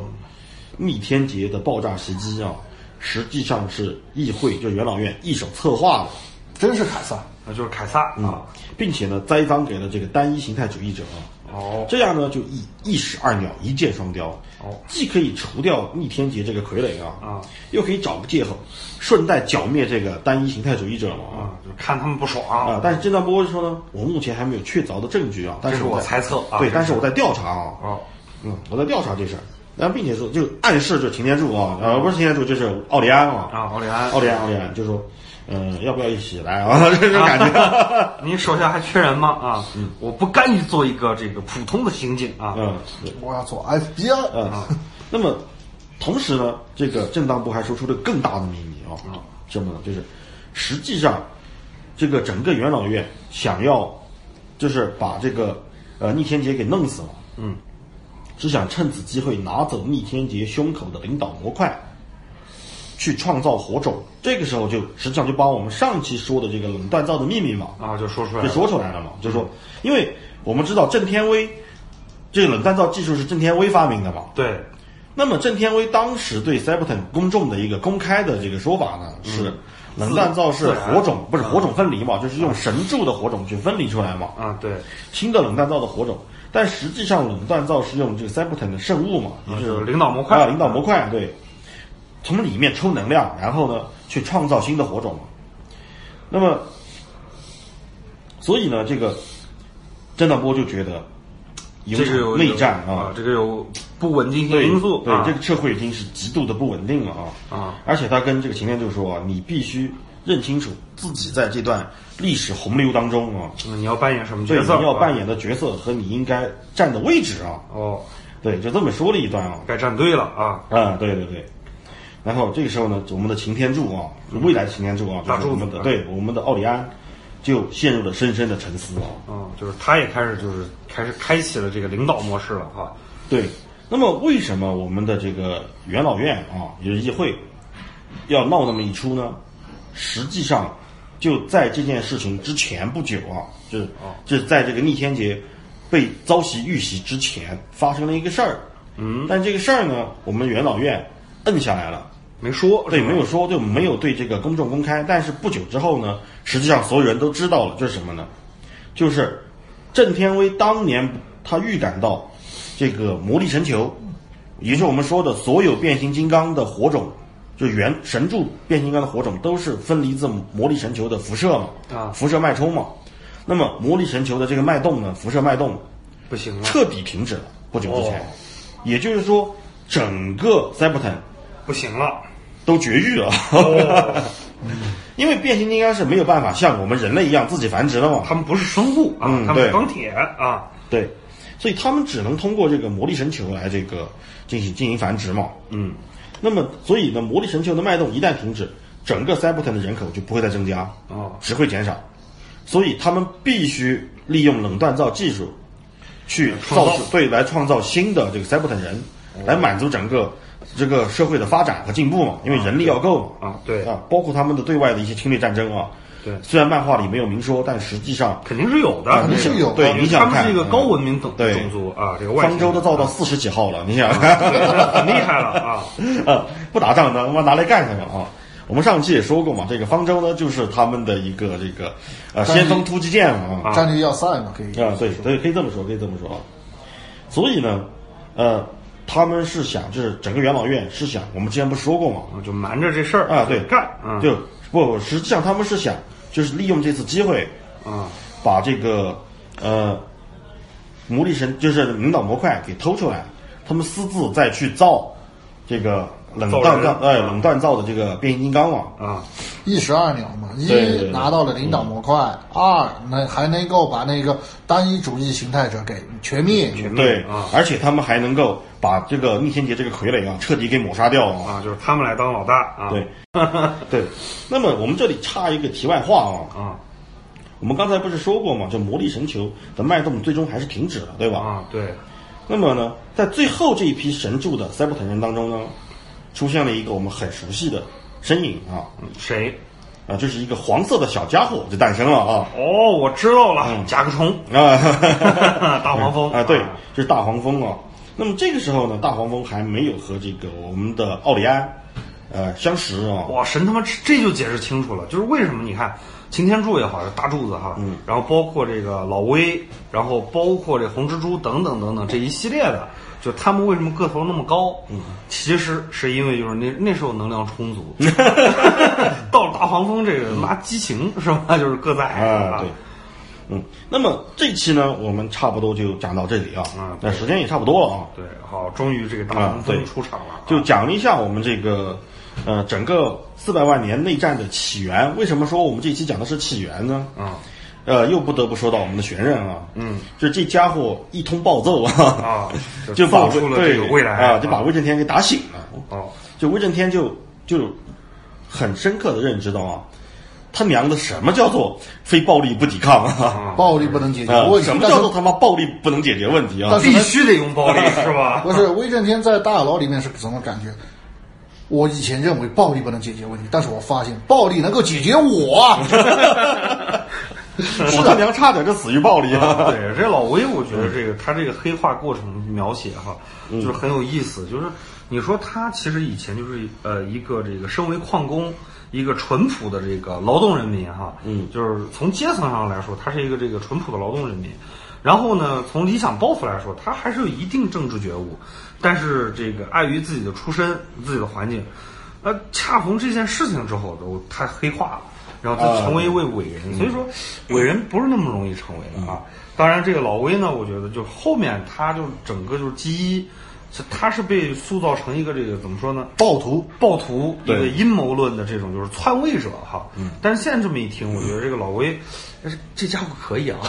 C: 逆天劫的爆炸袭击啊，实际上是议会就元老院一手策划的。
B: 真是凯撒。
A: 那就是凯撒啊，
C: 并且呢，栽赃给了这个单一形态主义者啊，
A: 哦
C: 这样呢就一一石二鸟，一箭双雕，
A: 哦
C: 既可以除掉逆天劫这个傀儡啊，
A: 啊，
C: 又可以找个借口，顺带剿灭这个单一形态主义者嘛
A: 啊，就看他们不
C: 啊
A: 爽
C: 但是这段波就说呢，我目前还没有确凿的证据啊，但
A: 这
C: 是
A: 是我
C: 在
A: 猜测啊
C: 对，
A: 这
C: 但是我在调查啊，
A: 哦，
C: 嗯，我在调查这事儿，然后并且说就暗示就擎天柱啊，呃，不是擎天柱，就是奥利安啊，
A: 啊，奥利安
C: 奥，利安，奥利安，就说，嗯，要不要一起来啊？ 这种感觉，
A: 您手下还缺人吗？啊，我不甘于做一个这个普通的刑警啊，
C: 嗯，对
B: 我要做 FBI，
C: 嗯， 那么同时呢，这个正当部还说出了更大的秘密啊、什么呢？就是实际上，这个整个元老院想要就是把这个呃逆天劫给弄死了，
A: 嗯，
C: 只想趁此机会拿走逆天劫胸口的领导模块。去创造火种。这个时候就实际上就把我们上期说的这个冷锻造的秘密嘛，
A: 啊，就说出来
C: 就
A: 了。
C: 说出来了嘛，就说，因为我们知道郑天威这个冷锻造技术是郑天威发明的嘛，
A: 对，
C: 那么郑天威当时对 Septon 公众的一个公开的这个说法呢
A: 嗯
C: 是，冷锻造是火种，不是火种分离嘛，就是用神柱的火种去分离出来嘛，
A: 啊，对，
C: 新的冷锻造的火种。但实际上，冷锻造是用这个 Septon 的圣物嘛，也
A: 就是是领导模块
C: 啊，领导模块对，从里面抽能量，然后呢去创造新的火种嘛。那么，所以呢，这个郑道波就觉得有
A: 这个有
C: 场内战啊，
A: 啊，这个有不稳定性
C: 对
A: 因素
C: 对、
A: 啊
C: 这个社会已经是极度的不稳定了啊！
A: 啊，
C: 而且他跟这个秦天就说啊，你必须认清楚自己在这段历史洪流当中啊，
A: 那嗯你要扮演什么
C: 对
A: 角
C: 你
A: 色？
C: 要扮
A: 演
C: 演的角色和你应该站的位置啊，
A: 哦，
C: 对，就这么说了一段啊，
A: 该站队了啊，
C: 啊，对对对。然后这个时候呢，我们的擎天柱啊，未来的擎天柱啊，
A: 大
C: 就是我
A: 柱子
C: 们的
A: 嗯
C: 对我们的奥利安，就陷入了深深的沉思啊。
A: 嗯，就是他也开始就是开始开启了这个领导模式了啊哈。
C: 对，那么为什么我们的这个元老院啊，也就是议会，要闹那么一出呢？实际上，就在这件事情之前不久啊，就是就是在这个逆天劫被遭袭遇袭之前，发生了一个事儿。嗯，但这个事儿呢，我们元老院摁下来了。
A: 没说，
C: 对，
A: 是吧
C: 没有说就没有对这个公众公开。但是不久之后呢，实际上所有人都知道了，这是什么呢？就是郑天威当年他预感到这个魔力神球，也就是我们说的所有变形金刚的火种，就原神柱变形金刚的火种都是分离自魔力神球的辐射嘛，
A: 啊
C: 辐射脉冲嘛。那么魔力神球的这个脉动呢，辐射脉动
A: 不行了，
C: 彻底停止了，不久之
A: 嗯
C: 前，
A: 哦
C: 也就是说整个 Septon
A: 不行了，
C: 都绝育了。 因为变形金刚是没有办法像我们人类一样自己繁殖的嘛，
A: 他们不是生物啊，
C: 嗯
A: 他们
C: 对
A: 是钢铁啊，
C: 对，所以他们只能通过这个魔力神球来这个进行进行繁殖嘛，嗯，那么所以呢，魔力神球的脉动一旦停止，整个 Cyberton 的人口就不会再增加，
A: 哦，
C: 只会减少，所以他们必须利用冷锻造技术去
A: 创
C: 造
A: 造哦
C: 出对来创造新的这个 Cyberton 人，来满足整个这个社会的发展和进步嘛，因为人力要够嘛，
A: 啊，对，
C: 啊，包括他们的对外的一些侵略战争啊。
A: 对
C: 虽然漫画里没有明说，但实际上
A: 肯定是有
C: 啊
A: 的，
B: 肯定是有的
C: 对你想
A: 他们
C: 看
A: 是一个高文明种
C: 对
A: 种族啊，这个外
C: 方
A: 星
C: 舟
A: 人
C: 都造到四十几号了，你想，
A: 很厉害了啊，
C: 啊，不打仗的他妈拿来干什么啊？我们上期也说过嘛，这个方舟呢就是他们的一个这个呃
B: 但是
C: 先锋突击舰嘛啊
B: 战略要塞嘛，可以
C: 啊，对，对，可以这么说，可以这么说啊。所以呢，呃，他们是想，就是整个元老院是想，我们之前不是说过嘛，
A: 啊就瞒着这事儿
C: 啊，对，
A: 干啊，
C: 就不不，实际上他们是想，就是利用这次机会，
A: 啊，
C: 把这个呃魔力神就是领导模块给偷出来，他们私自再去造这个冷
A: 造
C: 锻
A: 人
C: 造哎
A: 啊
C: 冷锻造的这个变形金刚嘛。
A: 啊，
B: 一石二鸟嘛，一
C: 对对对
B: 拿到了领导模块，二能还能够把那个单一主义形态者给全灭。
C: 对
A: 啊，
C: 而且他们还能够把这个逆天劫这个傀儡啊彻底给抹杀掉啊。
A: 啊，就是他们来当老大啊，
C: 对，对。那么我们这里插一个题外话啊，
A: 啊
C: 我们刚才不是说过嘛，就魔力神球的脉动最终还是停止了，对吧？
A: 啊，对，
C: 那么呢，在最后这一批神柱的塞伯坦人当中呢，出现了一个我们很熟悉的身影啊
A: 谁？
C: 啊，就是一个黄色的小家伙就诞生了啊
A: 哦，我知道了，甲壳虫，
C: 啊
A: 大黄蜂
C: 嗯 啊，对，就是大黄蜂啊。那么这个时候呢，大黄蜂还没有和这个我们的奥利安呃相识啊，
A: 哇，神他妈这这就解释清楚了，就是为什么你看擎天柱也好，大柱子哈，嗯，然后包括这个老威，然后包括这红蜘蛛等等等等这一系列的，就他们为什么个头那么高？嗯，其实是因为就是那那时候能量充 足，到了大黄蜂这个妈激情是吧？就是个子矮
C: 啊，
A: 吧
C: 对，嗯。那么这期呢，我们差不多就讲到这里啊
A: 啊，
C: 那时间也差不多了啊，
A: 对，好，终于这个大
C: 啊
A: 黄
C: 对
A: 蜂出场了啊，
C: 就讲了一下我们这个呃整个四百万年内战的起源。为什么说我们这期讲的是起源呢？
A: 啊
C: 呃，又不得不说到我们的玄任啊，嗯，就这家伙一通暴揍啊，
A: 啊，
C: 就把
A: 造出了
C: 对
A: 这个未来
C: 啊，就把威震天给打醒了。
A: 哦
C: 就威震天就就很深刻的认知到啊，他娘的什么叫做非暴力不抵抗 啊？
B: 暴力不能解决
C: 啊
B: 问，题，
C: 什么
B: 但
C: 叫
B: 是
C: 做他妈暴力不能解决问题啊
B: 但？是
A: 必须得用暴力是吧？
B: 不是威震天在大佬里面是怎么感觉？我以前认为暴力不能解决问题，但是我发现暴力能够解决我 啊。
C: 我他娘差点就死于暴力啊！
A: 对，这老魏，我觉得这个他这个黑化过程描写哈，就是很有意思。就是你说他其实以前就是呃一个这个身为矿工，一个淳朴的这个劳动人民哈，嗯，就是从阶层上来说，他是一个这个淳朴的劳动人民。然后呢，从理想抱负来说，他还是有一定政治觉悟，但是这个碍于自己的出身、自己的环境，呃，恰逢这件事情之后，都他黑化了。然后
B: 啊
A: 他成为一位伟人，
B: 嗯
A: 所以说伟人不是那么容易成为的啊。当然，这个老威呢，我觉得就后面他就整个就是基一，是他是被塑造成一个这个怎么说呢？
B: 暴徒
A: 暴徒一个
C: 对
A: 阴谋论的这种就是篡位者哈。
B: 嗯
A: 但是现在这么一听，我觉得这个老威，哎这家伙可 以啊，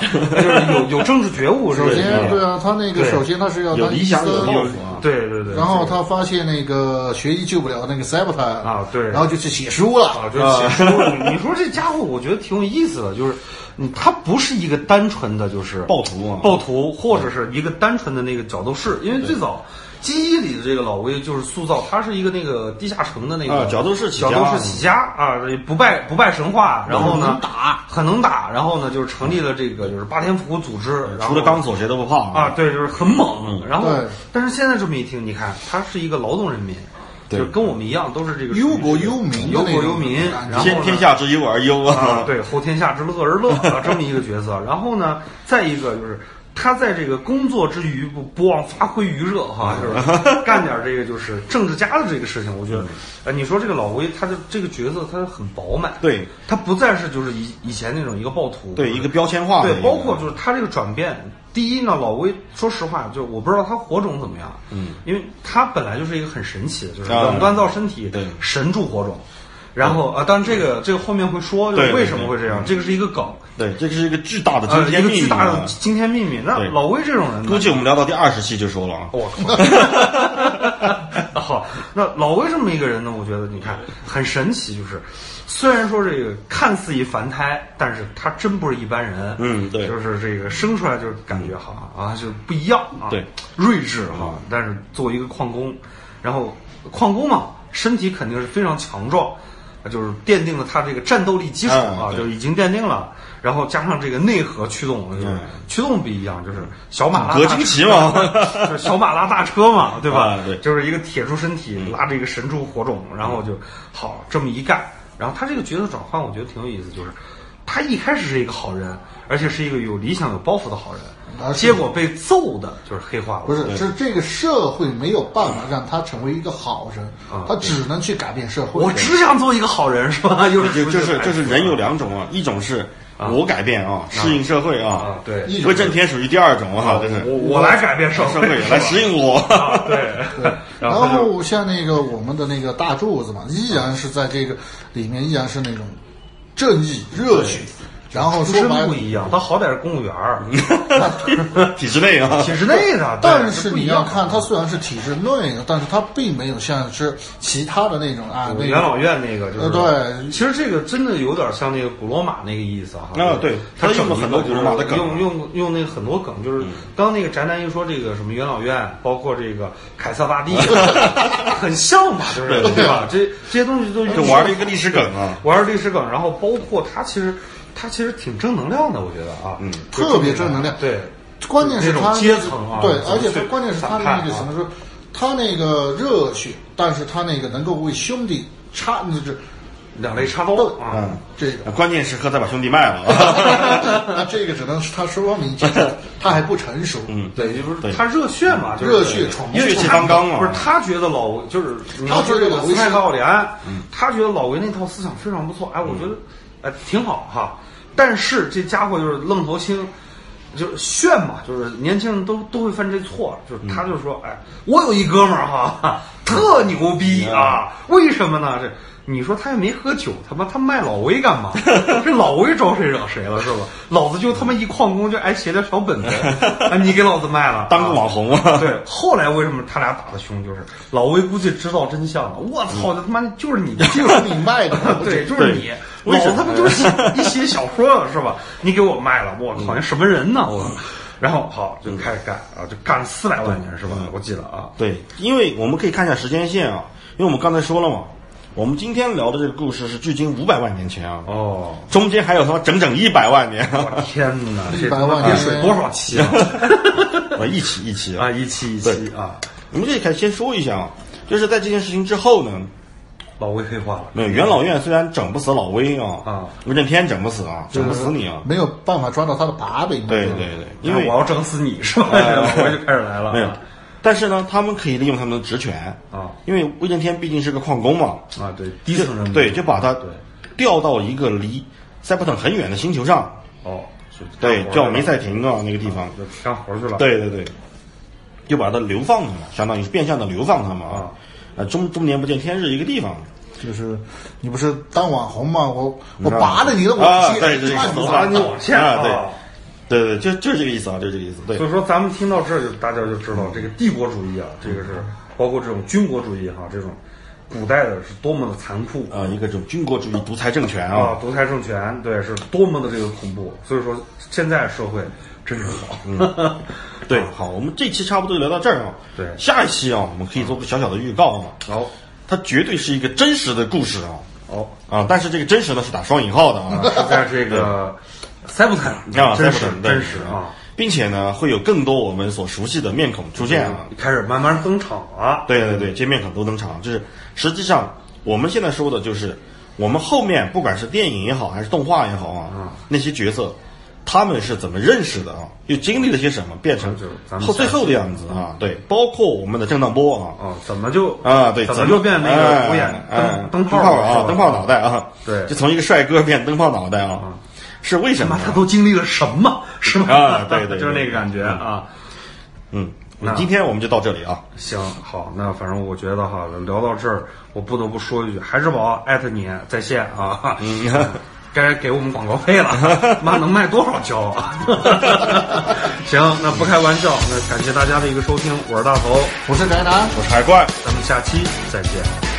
A: 就是有有政治觉悟，是
B: 首
A: 吧？
B: 先，对啊，他那个
A: 对
B: 首先他是要
C: 有
B: 当
C: 理
B: 医
C: 想
B: 生，哦
C: 有抱
A: 有
C: 负啊
A: 对对对。
B: 然后他发现那个学医救不了那个塞伯坦
A: 啊对
B: 然后就去写书了。
A: 啊，就是写书。你说这家伙，我觉得挺有意思的，就是你他不是一个单纯的就是
C: 暴徒啊
A: 暴徒或者是一个单纯的那个角斗士，因为最早。基因里的这个老魏就是塑造，他是一个那个地下城的那个
C: 啊角斗士起家嗯
A: 角斗士起家啊，不败不败神话，然后呢
C: 很能打，
A: 很能打，然后呢就是成立了这个就是霸天虎组织，然后
C: 除了钢索谁都不怕
A: 啊，！对，就是很
C: 嗯
A: 猛。然后
B: 对，
A: 但是现在这么一听，你看他是一个劳动人民，
C: 对
A: 就跟我们一样，都是这个
B: 忧国忧民的
A: 忧
B: 那
A: 国
B: 种
A: 忧民，
B: 感觉
A: 然后
C: 天
A: 呢
C: 天下之忧而忧
A: 啊
C: 啊，！
A: 对，后天下之乐而乐啊，这么一个角色。 然后呢，再一个就是他在这个工作之余不不忘发挥余热哈，
C: 嗯
A: 就是干点这个就是政治家的这个事情。我
C: 嗯
A: 觉得，呃，你说这个老魏他的这个角色他很饱满，
C: 对，
A: 他不再是就是以以前那种一个暴徒，
C: 对一个标签化的
A: 对
C: 一，个
A: 包括就是他这个转变。第一呢，老魏说实话，就我不知道他火种怎么样，嗯，因为他本来就是一个很神奇的，就是
C: 啊
A: 冷锻造身体，
C: 对
A: 神助火种。然后啊，当然这个这个后面会说，就是
C: 对
A: 为什么会这样，这个是一个梗，
C: 对，这是一个巨大的
A: 呃，
C: 惊
A: 一
C: 天
A: 个
C: 秘
A: 巨
C: 密
A: 大
C: 啊
A: 的！惊天秘密。那
C: 对
A: 老魏这种人呢，
C: 估计我们聊到第二十期就说了啊，
A: 我靠！ 好，哦那老魏这么一个人呢，我觉得你看很神奇，就是虽然说这个看似一凡胎，但是他真不是一般人。
C: 嗯对嗯
A: 就是这个生出来就感觉好啊，就是不一样啊，
C: 对，嗯
A: 睿智哈、但是作为一个矿工，然后矿工嘛，身体肯定是非常强壮。就是奠定了他这个战斗力基础
C: 嗯
A: 啊，
C: 对
A: 就已经奠定了，然后加上这个内核驱动，就是
C: 嗯
A: 驱动不一样，就是小马拉
C: 葛
A: 大车
C: 军旗嘛
A: 就是小马拉大车嘛，对吧
C: 啊？对
A: 就是一个铁柱身体拉着一个神猪火种，然后就好这么一干。然后他这个角色转换，我觉得挺有意思，就是他一开始是一个好人，而且是一个有理想、有抱负的好人，
B: 而且
A: 结果被揍的就是黑化了。
B: 不是，是这个社会没有办法让他成为一个好人，他只能去改变社会。
A: 啊我只想做一个好人，是吧？又是
C: 就就是
A: 出去
C: 就是人有两种啊，一种是我改变啊，适应社会
A: 啊
C: 啊，，
A: 对，
B: 一
C: 威震天属于第二种啊，就是
A: 我我来改变社
C: 社
A: 会，
C: 会来适应我。
A: 啊，对。
B: 然
A: 后他就
B: 后像那个我们的那个大柱子嘛，依然是在这个里面，依然是那种正义热血。然后
A: 出
B: 说
A: 身
B: 白
A: 不，一样，他好歹是公务员 儿，
C: 体制内啊，
A: 体制内的，对
B: 但是
A: 不
B: 你
A: 一样
B: 要。看，他虽然是体制内的，但是他并没有像是其他的那种啊，那
A: 元
B: 个
A: 老院那个
C: 啊
A: 就是，
B: 呃对
A: 其实这个真的有点像那个古罗马那个意思哈。
C: 啊对
A: 他
C: 他用了很多古罗马的梗嗯
A: 用用用那个很多梗，就是刚那个宅男一说这个什么元老院，包括这个凯撒大 帝，很像嘛，就是
C: 对
A: 对吧？这这些东西都
C: 就玩了一个历史梗啊。
A: 玩历史梗，然后包括他其实他其实挺正能量的，我觉得啊，嗯
B: 特别正能量
A: 对，
B: 关键是
A: 那
B: 他
A: 种阶层啊，
B: 对
A: 怎，么
B: 而且他
A: 去
B: 关键是他的那
A: 反
B: 个
A: 叛啊
B: 什么说，他那个热血，但是他那个能够为兄弟插，那这
A: 两肋插刀啊，
C: 嗯
B: 这 个，
C: 关键时刻再把兄弟卖了啊。
B: 那这个只能是他说明，就是他还不成熟。嗯，
A: 对，就是
C: 对
A: 他热血嘛，就是
B: 热血闯
A: 因为
C: 血气
A: 他
C: 方刚嘛
A: 不是他觉得老就是你要
B: 他觉
A: 说
B: 得
A: 这个
B: 老
A: 斯
B: 维
A: 派
B: 是
A: 克奥里安，哎
C: 嗯
A: 他觉得老维那套思想非常不错，哎，我觉得哎挺好哈。但是这家伙就是愣头青，就是炫嘛，就是年轻人都都会犯这错，就是他就说，哎，我有一哥们儿哈， 特牛逼啊，
C: 嗯
A: 为什么呢？这。你说他也没喝酒，他妈他卖老威干 嘛？这老威招谁惹谁了是吧？老子就他妈一矿工就爱写点小本 子，啊你给老子卖了，
C: 当个网红 啊
A: 对，后来为什么他俩打的凶？就是老魏估计知道真相了。我操，这
C: 嗯
A: 他妈就是你，就，
B: 就是 你卖的
A: 对，就是你，老
C: 为什
A: 子
C: 么
A: 他不就是 写一写小说了是吧？你给我卖了，
C: 嗯
A: 我靠，你什么人呢？我，然后好就
C: 嗯
A: 开始干啊，就干了四百万年是吧？我记得啊，
C: 对，因为我们可以看一下时间线啊，因为我们刚才说了嘛，我们今天聊的这个故事是距今五百万年前啊，
A: 哦，
C: 中间还有他妈整整一百万年，啊，
A: 天 哪，这他
B: 100
A: 妈
B: 万
A: 得水多少期啊？
C: 一起一起
A: 啊，一期一期啊，
C: 我们这里可以先说一下啊，就是在这件事情之后呢，
A: 老魏黑化了。
C: 那元老院虽然整不死老威啊，
A: 啊
C: 武震天整不死啊，整不死你啊，
B: 没有办法抓到他的把柄。
C: 对对
B: 嗯，
C: 对，因为
A: 哎
C: 哎
A: 我要整死你是吧？ 老魏就开始来了。
C: 没有，但是呢，他们可以利用他们的职权
A: 啊，
C: 因为威震天毕竟是个矿工嘛，
A: 啊，对，低
C: 就
A: 层人物
C: 对，就把他
A: 对
C: 调到一个离塞伯坦很远的星球上，
A: 哦，是
C: 对，
A: 干活
C: 叫
A: 去了
C: 梅赛廷啊那个地方，
A: 就干活去了。，
C: 对对对，就把他流放他们，相当于是变相的流放他们啊，啊，终终年不见天日一个地方，
B: 就是你不是当网红吗？我
C: 知
B: 我
C: 道
B: 拔了你的
C: 啊
B: 网线，
C: 对对对
B: 看
C: 手
B: 你
C: 法
B: 咋
A: 把你网线
C: 啊
A: 啊
C: 对对对，就就是这个意思啊，就是这个意思，对
A: 所以说咱们听到这儿就大家就知道这个帝国主义啊，这个是包括这种军国主义哈、这种古代的是多么的残酷
C: 啊，一个这种军国主义独裁政权
A: 啊
C: 啊，，
A: 独裁政权对是多么的这个恐怖。所以说现在社会真是好，
C: 嗯对，好，我们这期差不多就聊到这儿啊，
A: 对
C: 下一期啊，我们可以做个小小的预告啊，
A: 好，
C: 它绝对是一个真实的故事啊。
A: 好，
C: 啊，但是这个真实呢是打双引号的啊，
A: 是在这个塞布坦
C: 啊，
A: 真
C: 塞
A: 实
C: 普顿对
A: 真实啊，，
C: 并且呢会有更多我们所熟悉的面孔出现啊。
A: 开始慢慢登场了。啊
C: 对对对，这些面孔都登场，就是实际上我们现在说的就是我们后面不管是电影也好，还是动画也好
A: 嗯
C: 啊，那些角色他们是怎么认识的啊，又经历了些什么，变成
A: 嗯就是咱们
C: 后最后的样子
A: 嗯
C: 啊。对，包括我们的震荡波啊。
A: 哦，怎么就
C: 啊，对，
A: 怎么就变那个五眼
C: 哎哎
A: 灯灯泡
C: 泡
A: 了哎
C: 啊，灯泡脑袋啊，
A: 对嗯
C: 就从一个帅哥变灯泡脑袋啊，是为什么
A: 妈，
C: 呢？
A: 他都经历了什么？是吗？
C: 啊 对对
A: 就是那个感觉啊。
C: 嗯，那今天我们就到这里啊。
A: 行，好，那反正我觉得哈，聊到这儿，我不得不说一句，海之宝艾特你在线啊，
C: 嗯
A: 该给我们广告费 了，妈能卖多少胶啊？ 行，那不开玩笑，那感谢大家的一个收听，我是大头，
B: 我是宅男，
C: 我是海怪，
A: 咱们下期再见。